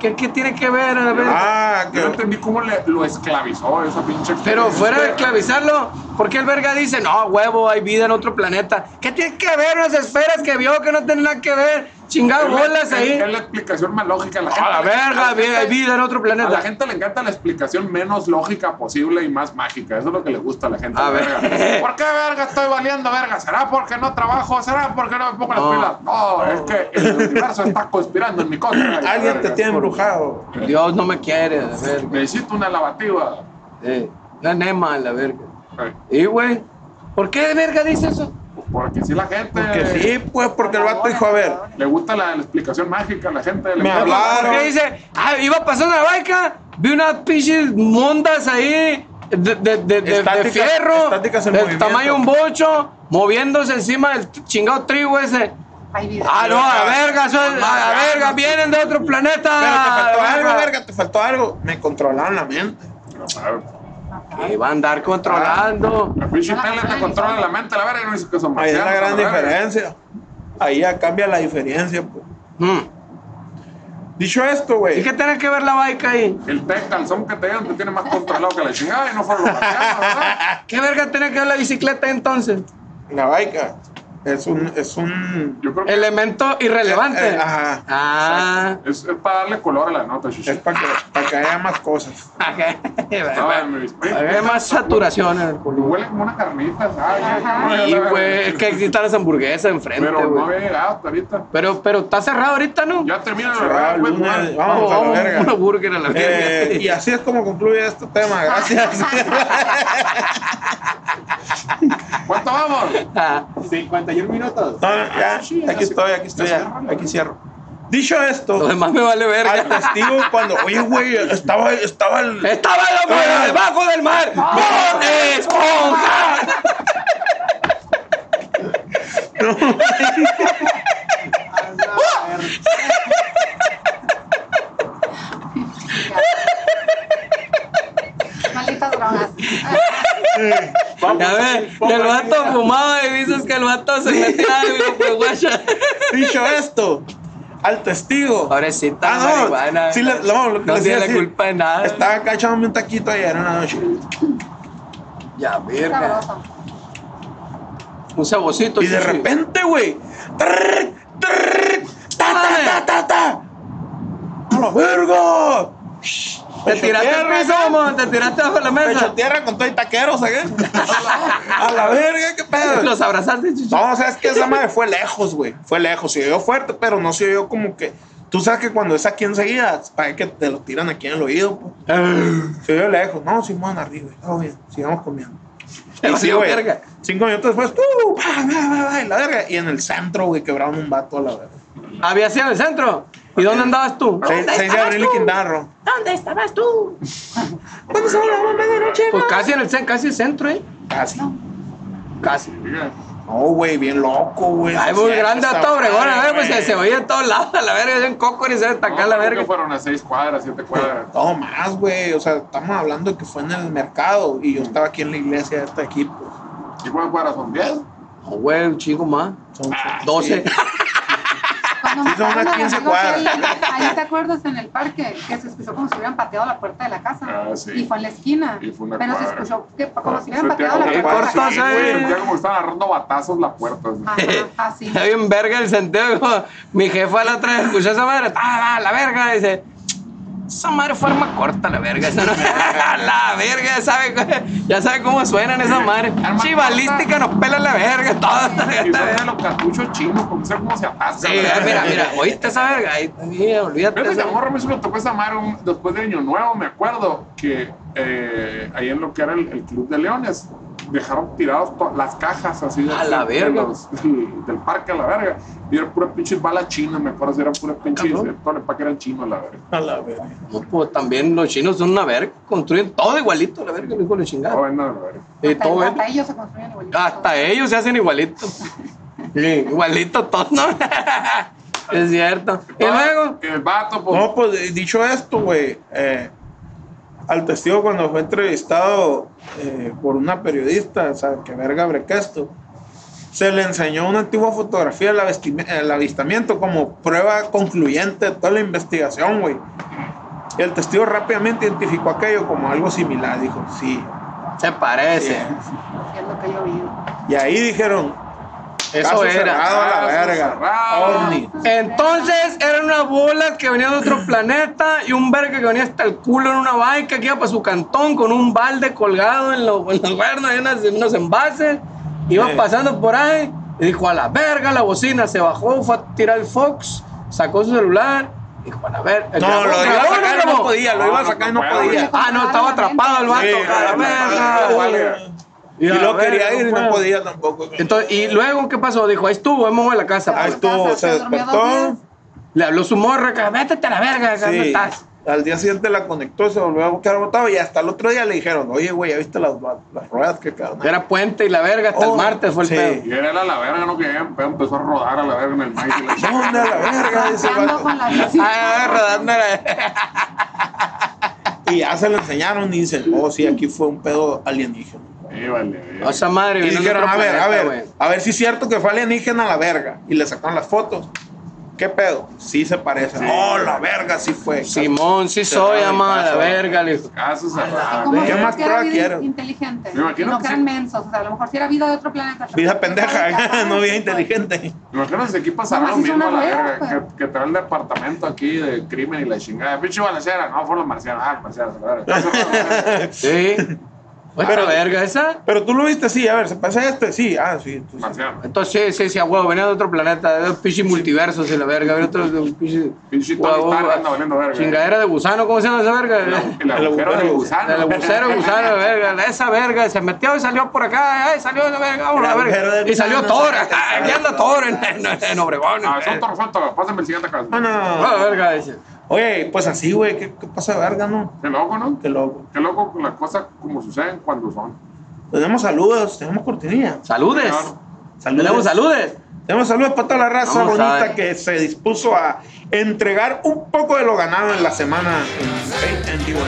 Speaker 2: ¿Qué, qué tiene que ver, a ver?
Speaker 3: Ah,
Speaker 1: Yo no
Speaker 3: que
Speaker 1: entendí cómo le- lo esclavizó esa pinche
Speaker 2: Pero fuera de
Speaker 1: esclavizar
Speaker 2: esclavizarlo, ¿por qué el verga dice, no, huevo, hay vida en otro planeta? ¿Qué tiene que ver unas esferas que vio que no tienen nada que ver? Chingadas bolas ahí.
Speaker 1: Es la explicación más lógica. La
Speaker 2: A la
Speaker 1: gente-
Speaker 2: verga,
Speaker 1: la gente-
Speaker 2: hay vida en
Speaker 1: A
Speaker 2: otro
Speaker 1: la
Speaker 2: planeta.
Speaker 1: gente le encanta la explicación menos lógica posible y más mágica. Eso es lo que le gusta a la gente.
Speaker 2: A ver.
Speaker 1: Verga. ¿Por qué verga estoy valiendo verga? ¿Será porque no trabajo? ¿Será porque no me pongo las
Speaker 2: No.
Speaker 1: pilas? No, es que el universo está conspirando en mi contra.
Speaker 3: alguien te
Speaker 1: Verga,
Speaker 3: tiene
Speaker 1: es por-
Speaker 3: embrujado.
Speaker 2: Dios no me quiere, la verga.
Speaker 1: Necesito una lavativa.
Speaker 2: Eh, una enema, la verga.
Speaker 1: Eh,
Speaker 2: Y, güey, ¿por qué de verga dice eso?
Speaker 1: Porque si la gente
Speaker 3: Que sí, pues, porque el vato dijo, a ver,
Speaker 1: le gusta la, la explicación mágica, la gente le
Speaker 3: Me
Speaker 1: encanta-
Speaker 3: hablaba. Claro.
Speaker 2: Porque dice, ah, iba pasando la baica, vi unas pinches mondas ahí de, de, de, de- de
Speaker 3: Estáticas-
Speaker 2: fierro,
Speaker 3: estáticas en
Speaker 2: del
Speaker 3: movimiento.
Speaker 2: tamaño de un bocho, moviéndose encima del chingado trigo ese.
Speaker 4: Hay vida.
Speaker 2: Ah, no, a la verga, eso es- a la verga, vienen de otro planeta.
Speaker 3: pero te faltó
Speaker 2: a la
Speaker 3: algo, verga, te faltó algo. Me controlaron la mente.
Speaker 2: Y va a andar controlando.
Speaker 1: La pinche tele te controla la mente, la verga, y no dice que son
Speaker 3: Ahí es Ah, la
Speaker 1: marcianos,
Speaker 3: gran
Speaker 1: la verga.
Speaker 3: diferencia. Ahí ya cambia la diferencia, pues.
Speaker 2: Mm.
Speaker 3: Dicho esto, güey.
Speaker 2: ¿Y qué tiene que ver la baica ahí?
Speaker 1: El té calzón que te dieron te tiene más controlado que la chingada y no fueron los marcianos, ¿verdad?
Speaker 2: ¿Qué verga tiene que ver la bicicleta entonces?
Speaker 3: La baica es un, es un.
Speaker 1: Yo creo que
Speaker 2: Elemento irrelevante.
Speaker 3: Eh, eh, ajá.
Speaker 2: Ah.
Speaker 1: es, es para darle color a la nota, chichi.
Speaker 3: Es para que, pa' que haya más cosas.
Speaker 1: No,
Speaker 2: Hay
Speaker 1: me-
Speaker 2: más saturación en el culo.
Speaker 1: Huele como una carnita, ¿sabes?
Speaker 4: Ajá.
Speaker 2: Sí, güey, es que aquí están las hamburguesas enfrente,
Speaker 1: Pero no
Speaker 2: güey.
Speaker 1: había llegado hasta ahorita.
Speaker 2: Pero, pero está cerrado ahorita, ¿no?
Speaker 1: Ya termina el
Speaker 3: Cerrado,
Speaker 1: horario, güey.
Speaker 3: lunes,
Speaker 1: madre.
Speaker 3: vamos.
Speaker 2: Vamos,
Speaker 3: a la
Speaker 2: vamos,
Speaker 3: verga.
Speaker 2: una burger a la verga.
Speaker 3: Eh, y así es como concluye este tema. Gracias.
Speaker 1: ¿Cuánto vamos?
Speaker 2: Ah,
Speaker 5: 51 minutos.
Speaker 3: No, no, ya, aquí estoy, aquí estoy, ya, aquí cierro. Dicho
Speaker 2: Lo
Speaker 3: esto,
Speaker 2: demás me vale
Speaker 3: al
Speaker 2: verga.
Speaker 3: testigo cuando, oye, güey, estaba, estaba el,
Speaker 2: Estaba el hombre
Speaker 3: Ah.
Speaker 2: debajo del mar. ¡Con esponja!
Speaker 4: Malditas drogas.
Speaker 2: Ya ves, el vato fumaba y dices que el vato se metía y digo, pues guacha.
Speaker 3: Dicho esto, al testigo.
Speaker 2: Pobrecita
Speaker 3: Ah, no,
Speaker 2: marihuana.
Speaker 3: sí, le- no, lo que
Speaker 2: no
Speaker 3: les
Speaker 2: tiene
Speaker 3: iba a
Speaker 2: la
Speaker 3: decir,
Speaker 2: culpa de nada.
Speaker 3: Estaba acá echándome un taquito ayer en la noche.
Speaker 2: Ya, verga.
Speaker 4: Sabroso.
Speaker 2: Un saborcito.
Speaker 3: Y de
Speaker 2: sí, sí.
Speaker 3: repente, güey. trrr, trrr, ta, ta, ta, ta, ta. ¡A la verga!
Speaker 2: Te tiraste al piso, mamón, te tiraste bajo la
Speaker 3: Pecho
Speaker 2: mesa.
Speaker 3: tierra con todo y taqueros, ¿eh? A la verga, qué pedo.
Speaker 2: Los abrazaste, chuchu.
Speaker 3: No, sabes que esa madre fue lejos, güey. Fue lejos. Se oyó fuerte, pero no se oyó como que. Tú sabes que cuando es aquí enseguida, para que te lo tiran aquí en el oído, pues.
Speaker 2: Ah.
Speaker 3: Se oyó lejos. No, Simón, arriba. Todo bien. Sigamos comiendo.
Speaker 2: Te
Speaker 3: Y sí,
Speaker 2: valió
Speaker 3: güey.
Speaker 2: verga.
Speaker 3: Cinco minutos después, ¡pum! pa, pa, pa, pa, y la verga. Y en el centro, güey, quebraron un vato a la verga.
Speaker 2: Había sido en el centro. ¿Y dónde andabas tú? Pues
Speaker 3: 6, de abril y Quintana Roo.
Speaker 6: ¿Dónde estabas tú?
Speaker 3: ¿Cuándo son las bombas de noche?
Speaker 2: Pues casi en el cen- casi el centro, ¿eh?
Speaker 3: Casi.
Speaker 2: Casi.
Speaker 1: Diga,
Speaker 3: No, güey, bien loco, güey.
Speaker 2: Ay, muy grande hasta Obregón, a ver, pues se, se oía en todos lados, a la verga, yo en Coco y se destacar la
Speaker 1: creo que
Speaker 2: verga.
Speaker 1: fueron a seis cuadras, siete cuadras.
Speaker 3: No más, güey. O sea, estamos hablando que fue en el mercado y yo estaba aquí en la iglesia hasta aquí, pues.
Speaker 1: ¿Y cuántas cuadras son? ¿Diez?
Speaker 2: No, güey, un chico más.
Speaker 3: Son
Speaker 2: 12.
Speaker 3: Ah,
Speaker 4: Cuando
Speaker 3: Sí, Ah, son unas
Speaker 4: mataron a los
Speaker 3: 15
Speaker 4: amigos ahí,
Speaker 3: cuadras.
Speaker 4: Ahí te acuerdas en el parque que se escuchó como si hubieran pateado la puerta de la casa.
Speaker 1: Ah, sí.
Speaker 4: Y fue en la esquina.
Speaker 1: Y fue una
Speaker 4: pero se
Speaker 1: cuadra.
Speaker 4: escuchó que, como si hubieran
Speaker 1: Se te
Speaker 4: pateado la
Speaker 1: abre
Speaker 4: puerta. Ah. de
Speaker 2: cuarto,
Speaker 4: la casa.
Speaker 2: sí.
Speaker 1: Güey, sentía como que estaban agarrando batazos la puerta. así.
Speaker 4: Ajá, así.
Speaker 2: Está bien verga el sentido. dijo, Mi jefa la otra vez escuchó esa madre. ¡Ah, la, la verga! Dice. Esa madre fue arma corta, la verga. esa no- la verga, sabe, cu- ya sabe cómo suenan esas madres.
Speaker 1: Arma
Speaker 2: Chivalística nos pela la verga, todo. la
Speaker 1: Y son
Speaker 2: verga.
Speaker 1: de los cartuchos chinos, como sé cómo se atasca.
Speaker 2: Sí, eh, mira, mira, oíste esa verga. Ahí, mira, olvídate.
Speaker 1: Fíjate que
Speaker 2: esa-
Speaker 1: a morro me tocó esa madre un- después de Año Nuevo, me acuerdo que eh, ahí en lo que era el, el Club de Leones dejaron tiradas to- las cajas así de-
Speaker 2: A la
Speaker 1: de- de
Speaker 2: verga.
Speaker 1: los- del parque a la verga. Y eran puras pinches balas chinas, me acuerdo si eran puras pinches,
Speaker 2: Cabrón.
Speaker 1: eh, todo el empaque era chino a la verga.
Speaker 3: A la verga.
Speaker 2: No, pues también los chinos son una verga. Construyen todo igualito, la verga, hijo de chingada.
Speaker 1: Todo venda a la verga.
Speaker 2: Y
Speaker 4: hasta,
Speaker 2: todo
Speaker 4: hasta
Speaker 2: bien.
Speaker 4: ellos se construyen igualitos.
Speaker 3: Ah,
Speaker 2: Hasta ellos se hacen igualitos. Sí, igualitos todos, ¿no? es cierto. Y
Speaker 1: Ah.
Speaker 2: luego.
Speaker 1: El vato, pues,
Speaker 3: No, pues eh, dicho esto, güey, eh, al testigo cuando fue entrevistado eh, por una periodista, o sea, que verga brecasto, se le enseñó una antigua fotografía del avestimi- el avistamiento como prueba concluyente de toda la investigación, güey. Y el testigo rápidamente identificó aquello como algo similar, dijo, sí.
Speaker 2: Se parece.
Speaker 4: Es lo que yo vi.
Speaker 3: Y ahí dijeron,
Speaker 2: Eso
Speaker 3: caso
Speaker 2: era. Ah,
Speaker 3: cerrado a la
Speaker 1: Caso
Speaker 3: verga,
Speaker 1: cerrado.
Speaker 3: ovni.
Speaker 2: Entonces eran unas bolas que venían de otro planeta y un verga que venía hasta el culo en una baica que iba para su cantón con un balde colgado en, lo- en los cuernos y unas- unos envases. Iba
Speaker 3: Sí.
Speaker 2: pasando por ahí y dijo a la verga la bocina, se bajó, fue a tirar el Fox, sacó su celular. Dijo a la verga.
Speaker 3: No,
Speaker 2: grabó,
Speaker 3: lo iba a
Speaker 2: grabó,
Speaker 3: sacar,
Speaker 2: grabó.
Speaker 3: no podía, lo iba a sacar, no
Speaker 1: No, no
Speaker 3: podía.
Speaker 1: puedo.
Speaker 2: Ah, no, estaba atrapado el vato.
Speaker 3: Sí,
Speaker 2: a la
Speaker 3: no,
Speaker 2: verga.
Speaker 3: no, vale. Y
Speaker 2: a
Speaker 3: lo
Speaker 2: la
Speaker 3: quería
Speaker 2: verga,
Speaker 3: ir y no
Speaker 2: pues.
Speaker 3: podía tampoco.
Speaker 2: Entonces, y luego, ¿qué pasó? Dijo, ahí estuvo, ahí me voy a la casa.
Speaker 3: Ahí
Speaker 2: pues.
Speaker 3: estuvo, se
Speaker 4: durmió dos
Speaker 3: despertó.
Speaker 4: días.
Speaker 2: Le habló su morra, que métete a la verga, acá ¿dónde
Speaker 3: Sí.
Speaker 2: estás?
Speaker 3: Al día siguiente la conectó, se volvió a quedar botado y hasta el otro día le dijeron, oye, güey, ¿ya viste las, las ruedas que quedaron? ahí?"
Speaker 2: Era puente y la verga, hasta
Speaker 3: Oh,
Speaker 2: el martes fue el
Speaker 3: sí.
Speaker 2: pedo.
Speaker 1: y era la- la verga, no que ya empe- empezó a rodar a la verga en el maíz. y la chingada.
Speaker 3: ¿Dónde a la verga? Dice el
Speaker 4: Rapeando
Speaker 3: vato.
Speaker 4: con la bici.
Speaker 2: Ah, rodando la-
Speaker 3: Y ya se lo enseñaron y dicen, oh, sí, aquí fue un pedo alienígena.
Speaker 1: Sí, vale, verga.
Speaker 2: O sea,
Speaker 3: Y
Speaker 2: madre, viene de
Speaker 3: dijeron,
Speaker 2: otro
Speaker 3: a ver, a
Speaker 2: planeta,
Speaker 3: ver,
Speaker 2: güey.
Speaker 3: a ver si es cierto que fue alienígena a la verga. Y le sacaron las fotos. ¿Qué pedo? Sí se parece. Oh, la verga, sí fue.
Speaker 2: Simón, sí soy,
Speaker 3: Cerrado,
Speaker 2: ama, la
Speaker 3: caso.
Speaker 2: verga, le dijo.
Speaker 1: Caso
Speaker 4: Y
Speaker 1: cerrado.
Speaker 4: como
Speaker 3: ah, ¿Qué
Speaker 4: que
Speaker 3: más
Speaker 4: que era
Speaker 3: prueba
Speaker 4: vida
Speaker 3: quiero?
Speaker 4: inteligente.
Speaker 1: Me imagino
Speaker 4: no
Speaker 1: que
Speaker 4: que eran
Speaker 1: sí.
Speaker 4: mensos. O sea, a lo mejor si era vida de otro planeta.
Speaker 3: Vida pendeja, no vida inteligente.
Speaker 1: Imagínense aquí pasará
Speaker 4: No,
Speaker 1: lo
Speaker 4: así
Speaker 1: mismo a la
Speaker 4: suena feo,
Speaker 1: verga
Speaker 4: pero-
Speaker 1: que, que trae el departamento aquí de crimen y la chingada. Pinche balacera, no, fueron los marcianos. Ah, los marcianos, a la verga.
Speaker 2: Sí. Pero verga, esa.
Speaker 3: Pero tú lo viste, sí, a ver, se pasa este, sí, ah, sí. tú sí.
Speaker 1: Marcianos.
Speaker 2: Entonces, sí, sí, sí, a huevo, venía de otro planeta, de un pinche multiverso, sí, la verga, venía otro de un pinche.
Speaker 1: Pinche Tony
Speaker 2: Huevo,
Speaker 1: Stark anda valiendo verga.
Speaker 2: Chingadera de gusano, ¿cómo se llama esa verga?
Speaker 1: El agujero del gusano.
Speaker 2: El agujero, gusano, la verga, esa verga, se metió y salió por acá, ay, salió la verga, vámonos,
Speaker 3: El
Speaker 2: la
Speaker 3: agujero
Speaker 2: verga.
Speaker 3: del
Speaker 2: Y salió
Speaker 3: gusano,
Speaker 2: Thor,
Speaker 3: salió
Speaker 2: ajá, aquí anda Thor en, en, en Obregón.
Speaker 1: Ah, son
Speaker 2: eh.
Speaker 1: toros, son toros. Pásame el siguiente caso.
Speaker 3: No, no,
Speaker 2: Ah,
Speaker 3: no.
Speaker 2: la verga, dice.
Speaker 3: Oye, pues así, güey, ¿qué, qué pasa de verga, no?
Speaker 1: Qué loco, ¿no?
Speaker 3: Qué loco.
Speaker 1: Qué loco con las cosas como suceden cuando son.
Speaker 3: Tenemos saludos, tenemos cortinilla.
Speaker 2: Saludes.
Speaker 1: Claro.
Speaker 3: Saludos.
Speaker 2: Tenemos saludes.
Speaker 3: Tenemos saludos para toda la raza
Speaker 2: Vamos a
Speaker 3: bonita
Speaker 2: ver.
Speaker 3: que se dispuso a entregar un poco de lo ganado en la semana en, en, en vivo.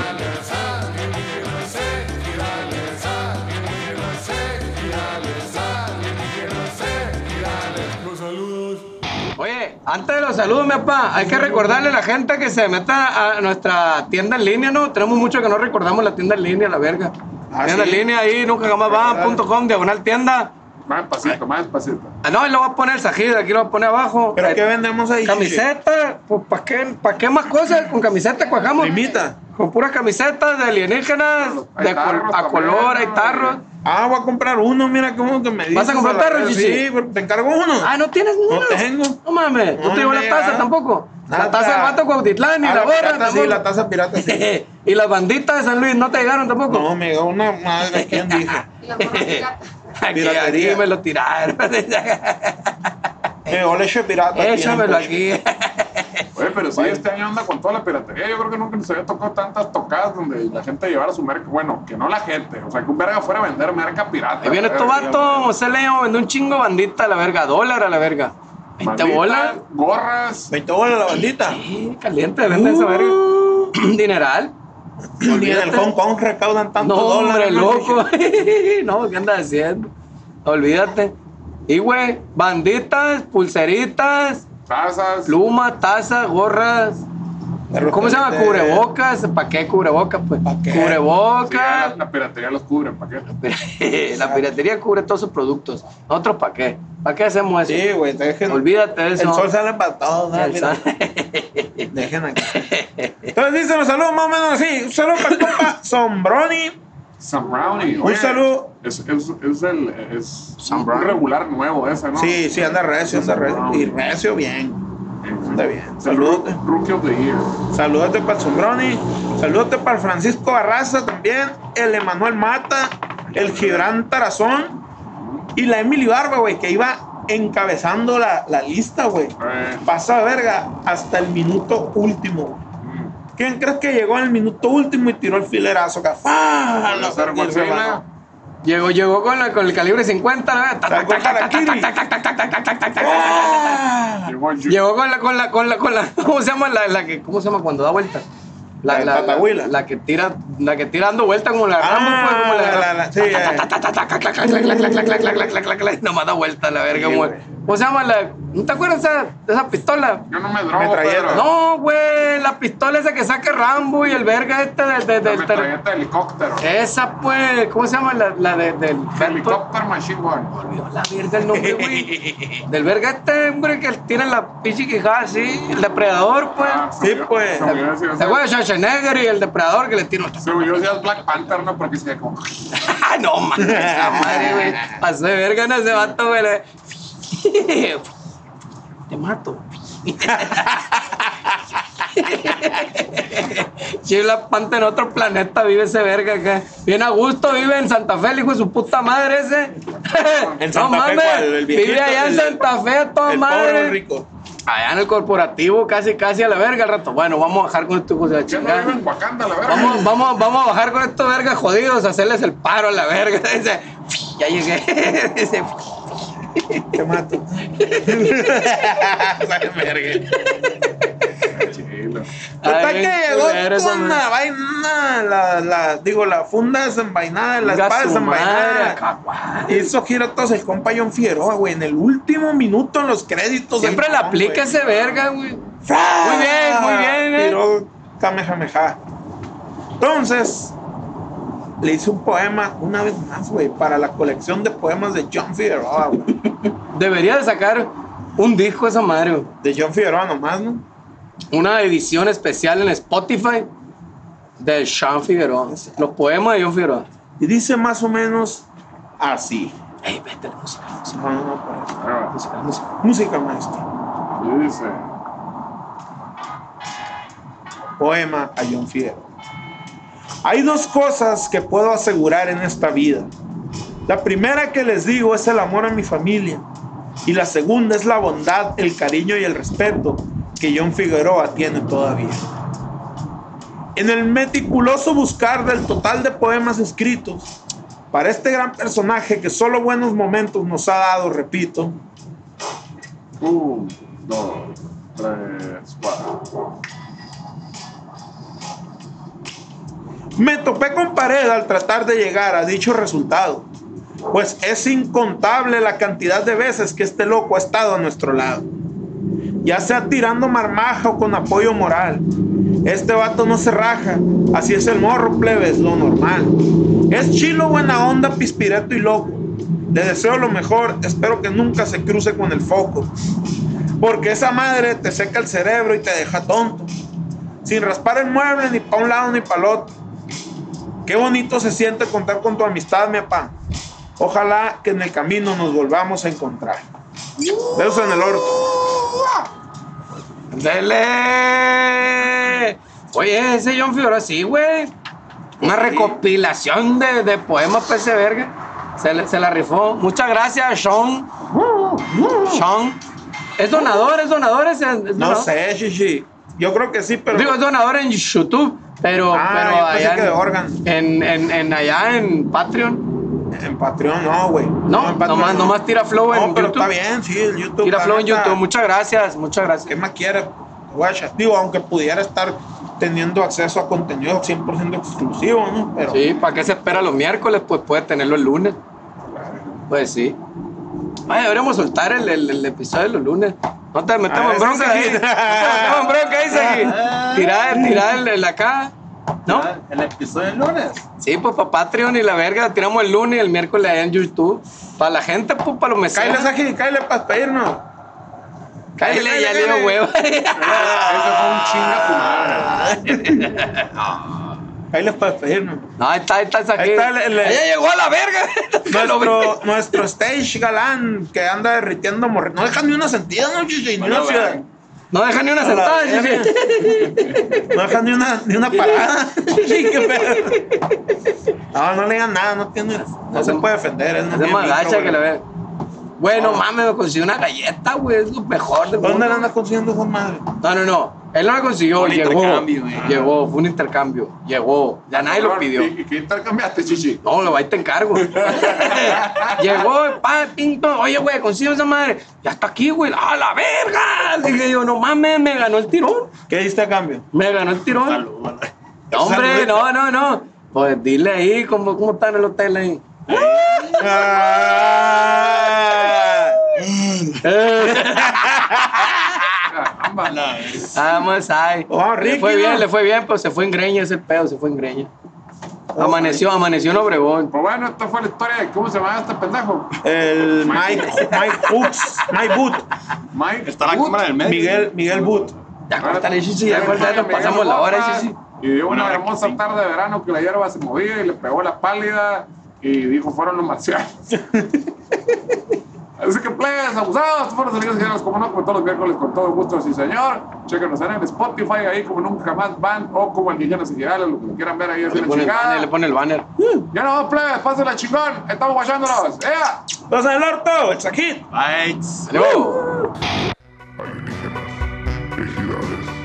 Speaker 2: Oye, antes de los saludos, mi papá, hay que recordarle a la gente que se meta a nuestra tienda en línea, ¿no? Tenemos mucho que no recordamos la tienda en línea, la verga.
Speaker 3: Ah,
Speaker 2: tienda
Speaker 3: sí.
Speaker 2: en línea ahí, nunca jamás van.com, diagonal tienda.
Speaker 1: Más despacito, más despacito.
Speaker 2: Ah, no, ahí lo va a poner el sajid, aquí lo va a poner abajo.
Speaker 3: ¿Pero
Speaker 2: Eh,
Speaker 3: qué vendemos ahí?
Speaker 2: Camiseta, pues ¿para qué, pa' qué más cosas? Con camiseta cuajamos.
Speaker 3: Limita.
Speaker 2: Con puras camisetas de alienígenas,
Speaker 1: Hay
Speaker 2: de col-
Speaker 1: tarros
Speaker 2: a
Speaker 1: también,
Speaker 2: color, hay
Speaker 1: ¿no?
Speaker 2: tarros.
Speaker 3: Ah, voy a comprar uno, mira cómo que me dices.
Speaker 2: a comprar
Speaker 3: la
Speaker 2: tarros,
Speaker 3: verga.
Speaker 2: Chichi?
Speaker 3: Sí, pero te encargo uno.
Speaker 2: Ah, ¿no tienes
Speaker 3: No
Speaker 2: nada?
Speaker 3: tengo.
Speaker 2: No mames, no,
Speaker 3: No,
Speaker 2: te llevo
Speaker 3: no
Speaker 2: la
Speaker 3: me
Speaker 2: taza
Speaker 3: llegaron.
Speaker 2: tampoco. La
Speaker 3: Nada.
Speaker 2: taza del vato Cuautitlán, ni
Speaker 3: Ah,
Speaker 2: la gorra
Speaker 3: pirata,
Speaker 2: tampoco.
Speaker 3: sí, la taza pirata, sí.
Speaker 2: y las banditas de San Luis no te llegaron tampoco.
Speaker 3: No, me dio una madre, ¿quién dijo?
Speaker 4: Y los gorros piratas.
Speaker 2: aquí,
Speaker 3: piratería.
Speaker 2: aquí me lo tiraron.
Speaker 3: Me dio leche pirata. aquí en el
Speaker 2: Échamelo
Speaker 3: coche.
Speaker 2: aquí.
Speaker 1: Oye, pero sí, este año anda con toda la piratería. Yo creo que nunca nos había tocado tantas tocadas donde la gente llevara su merca. Bueno, que no la gente. O sea, que un verga fuera a vender merca pirata.
Speaker 2: Ahí viene
Speaker 1: Verga,
Speaker 2: tu vato, José Leo, vende un chingo bandita a la verga, dólar a la verga. 20
Speaker 1: Banditas,
Speaker 2: bolas.
Speaker 1: Gorras.
Speaker 3: 20 bolas la bandita.
Speaker 2: Sí, caliente, vende esa verga. Dineral.
Speaker 3: Ni en el Hong Kong recaudan tantos
Speaker 2: no, hombre,
Speaker 3: dólares. ¿no?
Speaker 2: loco. no, ¿qué andas haciendo? Olvídate. Y, güey, banditas, pulseritas,
Speaker 1: Tazas.
Speaker 2: plumas, tazas, gorras.
Speaker 3: Pero
Speaker 2: ¿Cómo se llama?
Speaker 3: te-
Speaker 2: Cubrebocas. ¿Para qué cubrebocas? Pues?
Speaker 3: ¿Pa'
Speaker 1: Sí,
Speaker 3: qué?
Speaker 1: ya la,
Speaker 2: Cubrebocas.
Speaker 1: la piratería los cubre, ¿para qué?
Speaker 2: la piratería cubre todos sus productos. ¿Nosotros para qué? ¿Para qué hacemos eso?
Speaker 3: Sí, güey, dejen.
Speaker 2: Olvídate de eso.
Speaker 3: El sol sale para todos. dale.
Speaker 2: El sol.
Speaker 3: Dejen acá. Entonces dicen los saludos más o menos así. Un saludo para el compa Sombroni.
Speaker 1: Sam Brownie.
Speaker 3: Un saludo.
Speaker 1: Es, es, es el. Es
Speaker 2: Sam
Speaker 1: un
Speaker 2: Brownie.
Speaker 1: regular nuevo ese, ¿no?
Speaker 3: Sí, sí, anda recio, anda recio. Y recio bien.
Speaker 1: Está
Speaker 3: anda bien.
Speaker 1: Saludos.
Speaker 3: Saludos.
Speaker 1: Rookie of the Year.
Speaker 3: Saludos para el Sombroni. Saludos para el Francisco Barraza también. El Emanuel Mata. El Gibran Tarazón. Y la Emily Barba, güey, que iba encabezando la, la lista, güey.
Speaker 1: Eh,
Speaker 3: Pasa verga hasta el minuto último, güey.
Speaker 1: mm.
Speaker 3: ¿Quién crees que llegó en el minuto último y tiró el filerazo acá? ¡Fa!
Speaker 1: Puede ser
Speaker 3: Y se
Speaker 1: Godzilla.
Speaker 3: bajó.
Speaker 2: Llegó, llegó con, la- con el calibre 50, la verga.
Speaker 3: Sacó el harakiri. ¡Ah!
Speaker 1: Llegó el Ju-
Speaker 2: Llegó con la, con la, con la, con la, ¿cómo se llama? La, la que, ¿cómo se llama cuando da vueltas?
Speaker 3: La de Patahuila.
Speaker 2: la, la que tira, la que tira dando vueltas como la de Rambo, pues,
Speaker 3: Ah,
Speaker 2: como la, de
Speaker 3: la- la-
Speaker 2: Rambo.
Speaker 3: la- sí, eh.
Speaker 2: Ta, ta, ta, clac, clac, clac, clac, clac, clac, clac, clac, clac, clac, clac, clac, Nomás da vuelta la verga,
Speaker 3: Sí,
Speaker 2: como-
Speaker 3: güey.
Speaker 2: ¿Cómo se llama la, no te acuerdas de esa, de esa pistola?
Speaker 1: Yo no me drogo,
Speaker 3: Metralleta.
Speaker 1: Pedro.
Speaker 2: No, güey, la pistola esa que saca Rambo y el verga este de,
Speaker 1: La
Speaker 2: de- del tele-
Speaker 1: metralleta de helicóptero.
Speaker 2: Esa, pues, ¿cómo se llama? La, la de- del
Speaker 1: Helicóptero Machine Gun.
Speaker 2: Olvidó la verga el nombre, güey. Del verga este, hombre, que tiene la pinche quijada así, el depredador, pues.
Speaker 1: Ah, se
Speaker 3: Sí,
Speaker 1: olvidó-
Speaker 3: pues.
Speaker 1: Se olvidó decir
Speaker 2: ¿Te
Speaker 1: eso.
Speaker 2: acuerdas de Schwarzenegger y el depredador que le tira?
Speaker 1: Se olvidó decir es Black Panther, ¿no? Porque se como.
Speaker 2: ¡Ah, no, mames! esa madre, güey! Pasó de verga en ese vato, güey. le- Te mato. Chila Panta en otro planeta vive ese verga acá. Bien a gusto, vive en Santa Fe, el hijo de su puta madre ese.
Speaker 3: En Santa Fe, ¿cuál? El viejito,
Speaker 2: vive allá en
Speaker 3: el-
Speaker 2: Santa Fe, a toda
Speaker 3: El
Speaker 2: madre.
Speaker 3: pobre rico.
Speaker 2: Allá en el corporativo, casi, casi a la verga al rato. Bueno, vamos a bajar con estos hijos de la
Speaker 1: Ya no
Speaker 2: chingada.
Speaker 1: vive en Wakanda, la verga.
Speaker 2: Vamos, vamos, vamos a bajar con estos vergas jodidos, a hacerles el paro a la verga. Dice, ya llegué. Dice,
Speaker 3: Te mato. Sale verga.
Speaker 1: Chilo.
Speaker 3: Total que
Speaker 2: Ay, culero,
Speaker 3: llegó
Speaker 2: esa
Speaker 3: con la
Speaker 2: madre.
Speaker 3: vaina, la, la, digo, la funda desenvainada, la
Speaker 2: Chinga
Speaker 3: espada
Speaker 2: su madre,
Speaker 3: desenvainada.
Speaker 2: acá, guau.
Speaker 3: Hizo girotos el compa John Figueroa, güey, en el último minuto en los créditos.
Speaker 2: Siempre
Speaker 3: del
Speaker 2: la
Speaker 3: cabrón,
Speaker 2: aplica
Speaker 3: güey.
Speaker 2: ese verga, güey.
Speaker 3: ¡Fra!
Speaker 2: Muy bien, muy bien, eh.
Speaker 3: Tiró Kamehameha. Entonces, le hice un poema una vez más, güey, para la colección de poemas de John Figueroa, güey.
Speaker 2: Debería de sacar un disco esa madre, güey.
Speaker 3: De John Figueroa nomás, ¿no?
Speaker 2: Una edición especial en Spotify de Sean Figueroa. Los poemas de John Figueroa.
Speaker 3: Y dice más o menos así.
Speaker 2: Ey, vete la música, la música,
Speaker 3: No, no, no, para-
Speaker 1: Ah,
Speaker 2: la música.
Speaker 3: Música, maestro.
Speaker 1: Dice.
Speaker 3: Poema a John Figueroa. Hay dos cosas que puedo asegurar en esta vida. La primera que les digo es el amor a mi familia. Y la segunda es la bondad, el cariño y el respeto que John Figueroa tiene todavía. En el meticuloso buscar del total de poemas escritos, para este gran personaje que solo buenos momentos nos ha dado, repito,
Speaker 1: Un, dos, tres, cuatro.
Speaker 3: Me topé con pared al tratar de llegar a dicho resultado, pues es incontable la cantidad de veces que este loco ha estado a nuestro lado. Ya sea tirando marmaja o con apoyo moral. Este vato no se raja, así es el morro, plebes, lo normal. Es chilo, buena onda, pispireto y loco. Le deseo lo mejor, espero que nunca se cruce con el foco. Porque esa madre te seca el cerebro y te deja tonto. Sin raspar el mueble ni para un lado ni para el otro. Qué bonito se siente contar con tu amistad, mi papá. Ojalá que en el camino nos volvamos a encontrar. Besos en el orto.
Speaker 2: ¡Dele! Oye, ese John Figueroa sí, güey. Una recopilación de, de poemas para ese verga. Se, le- se la rifó. Muchas gracias, Sean. Sean. ¿Es donador? ¿Es donador? ¿Es, es
Speaker 3: No
Speaker 2: donador?
Speaker 3: sé, Shishi. Yo creo que sí, pero.
Speaker 2: Digo, es donador en YouTube, pero,
Speaker 3: Ah,
Speaker 2: pero
Speaker 3: yo pensé
Speaker 2: allá
Speaker 3: que
Speaker 2: en,
Speaker 3: de órgano.
Speaker 2: En, en- en allá en Patreon.
Speaker 3: En Patreon no, güey.
Speaker 2: No,
Speaker 3: en Patreon
Speaker 2: nomás,
Speaker 3: no.
Speaker 2: nomás tira flow en
Speaker 3: No, pero
Speaker 2: YouTube.
Speaker 3: está bien, sí, el YouTube.
Speaker 2: Tira
Speaker 3: la
Speaker 2: flow en
Speaker 3: neta,
Speaker 2: YouTube. Muchas gracias, muchas
Speaker 3: ¿Qué
Speaker 2: gracias.
Speaker 3: más quieres? guacha? Digo, aunque pudiera estar teniendo acceso a contenido 100% exclusivo, ¿no? Pero
Speaker 2: Sí, ¿para qué se espera los miércoles? Pues puede tenerlo el lunes. Pues sí. Ay, deberíamos soltar el, el- el episodio de los lunes. No te metamos
Speaker 3: Ah,
Speaker 2: en bronca ahí.
Speaker 3: ese sí. Ah.
Speaker 2: No te metamos en bronca ahí, Isaac. Tirar, tirar el, el acá. ¿No?
Speaker 5: Ah, El episodio del lunes.
Speaker 2: Sí, pues para Patreon y la verga, tiramos el lunes y el miércoles allá en YouTube. Para la gente, pues para los
Speaker 3: cállale,
Speaker 2: meseros.
Speaker 3: Saji, cállale para despedirnos.
Speaker 2: Cállale, ya
Speaker 3: cállale,
Speaker 2: le dio
Speaker 3: cállale.
Speaker 2: huevo.
Speaker 1: Ese fue un chinga tu madre.
Speaker 3: Cállale para despedirnos.
Speaker 2: No, ahí está, ahí está Isaac.
Speaker 3: Ahí está el- el-
Speaker 2: Allá llegó a la verga.
Speaker 3: Nuestro, nuestro stage galán que anda derritiendo morre. No deja ni una sentida, no, chichi, ni una ciudad.
Speaker 2: No deja ni una sentada.
Speaker 3: la
Speaker 2: dice.
Speaker 3: No deja ni una, ni una parada. Sí, qué pedo. No, no le digan nada, no tiene. No se puede defender. Él no
Speaker 2: Es de
Speaker 3: tiene
Speaker 2: más
Speaker 3: micro,
Speaker 2: gacha
Speaker 3: güey. Ah.
Speaker 2: que la verga. Güey, no mames, me consiguió una galleta, güey. Es lo mejor del
Speaker 3: ¿Dónde
Speaker 2: mundo.
Speaker 3: la anda consiguiendo esa madre?
Speaker 2: No, no, no. Él no la consiguió.
Speaker 5: Fue un
Speaker 2: Llegó.
Speaker 5: intercambio, eh. güey.
Speaker 2: Llegó, fue un intercambio. Llegó. Ya nadie lo pidió.
Speaker 1: ¿Y y qué tal cambiaste, chichi?
Speaker 2: No, lo ahí te encargo. Llegó, pa, pinto. Oye, güey, consigo esa madre. Ya está aquí, güey. ¡A la verga! Dije yo, no mames, me ganó el tirón.
Speaker 3: ¿Qué diste a cambio?
Speaker 2: Me ganó el tirón.
Speaker 5: Salud.
Speaker 2: No, hombre,
Speaker 3: Salud.
Speaker 2: no, no, no. Pues dile ahí cómo, cómo está en el hotel ahí.
Speaker 3: Ah.
Speaker 2: Vamos ahí.
Speaker 3: Oh,
Speaker 2: le
Speaker 3: Ricky,
Speaker 2: fue bien,
Speaker 3: ¿no?
Speaker 2: le fue bien, pues se fue en greña ese pedo, se fue en greña.
Speaker 5: Oh,
Speaker 2: Amaneció, amaneció en Obregón.
Speaker 1: Pues bueno, esta fue la historia de cómo se llama este pendejo.
Speaker 3: El Mike, Mike Hooks, Mike Boot,
Speaker 1: Mike.
Speaker 5: Está la cámara del medio.
Speaker 3: Miguel, Miguel Boot.
Speaker 2: Ya cortale, chichi, ya cortale, nos pasamos la hora, chichi.
Speaker 1: Y dio una
Speaker 5: Una hora
Speaker 1: hermosa
Speaker 5: que sí.
Speaker 1: tarde de verano que la hierba se movía y le pegó la pálida y dijo fueron los marcianos. Así que plebes, abusados, estos fueron los amigos y señores, como no, como todos los miércoles, con todo gusto, sí señor. Chéquenos en el Spotify, ahí como nunca más van, o como el Guillén y Girales, lo que lo quieran ver ahí es
Speaker 2: Le
Speaker 1: la
Speaker 2: pone el banner, le
Speaker 1: chingada.
Speaker 2: pone el banner.
Speaker 1: Ya no, plebes, pásenla chingón, estamos guayándonos. ¡Ea!
Speaker 3: Los del orto, el Sajid.
Speaker 5: Bites.
Speaker 2: Luego.
Speaker 7: alienígenas, ejidales,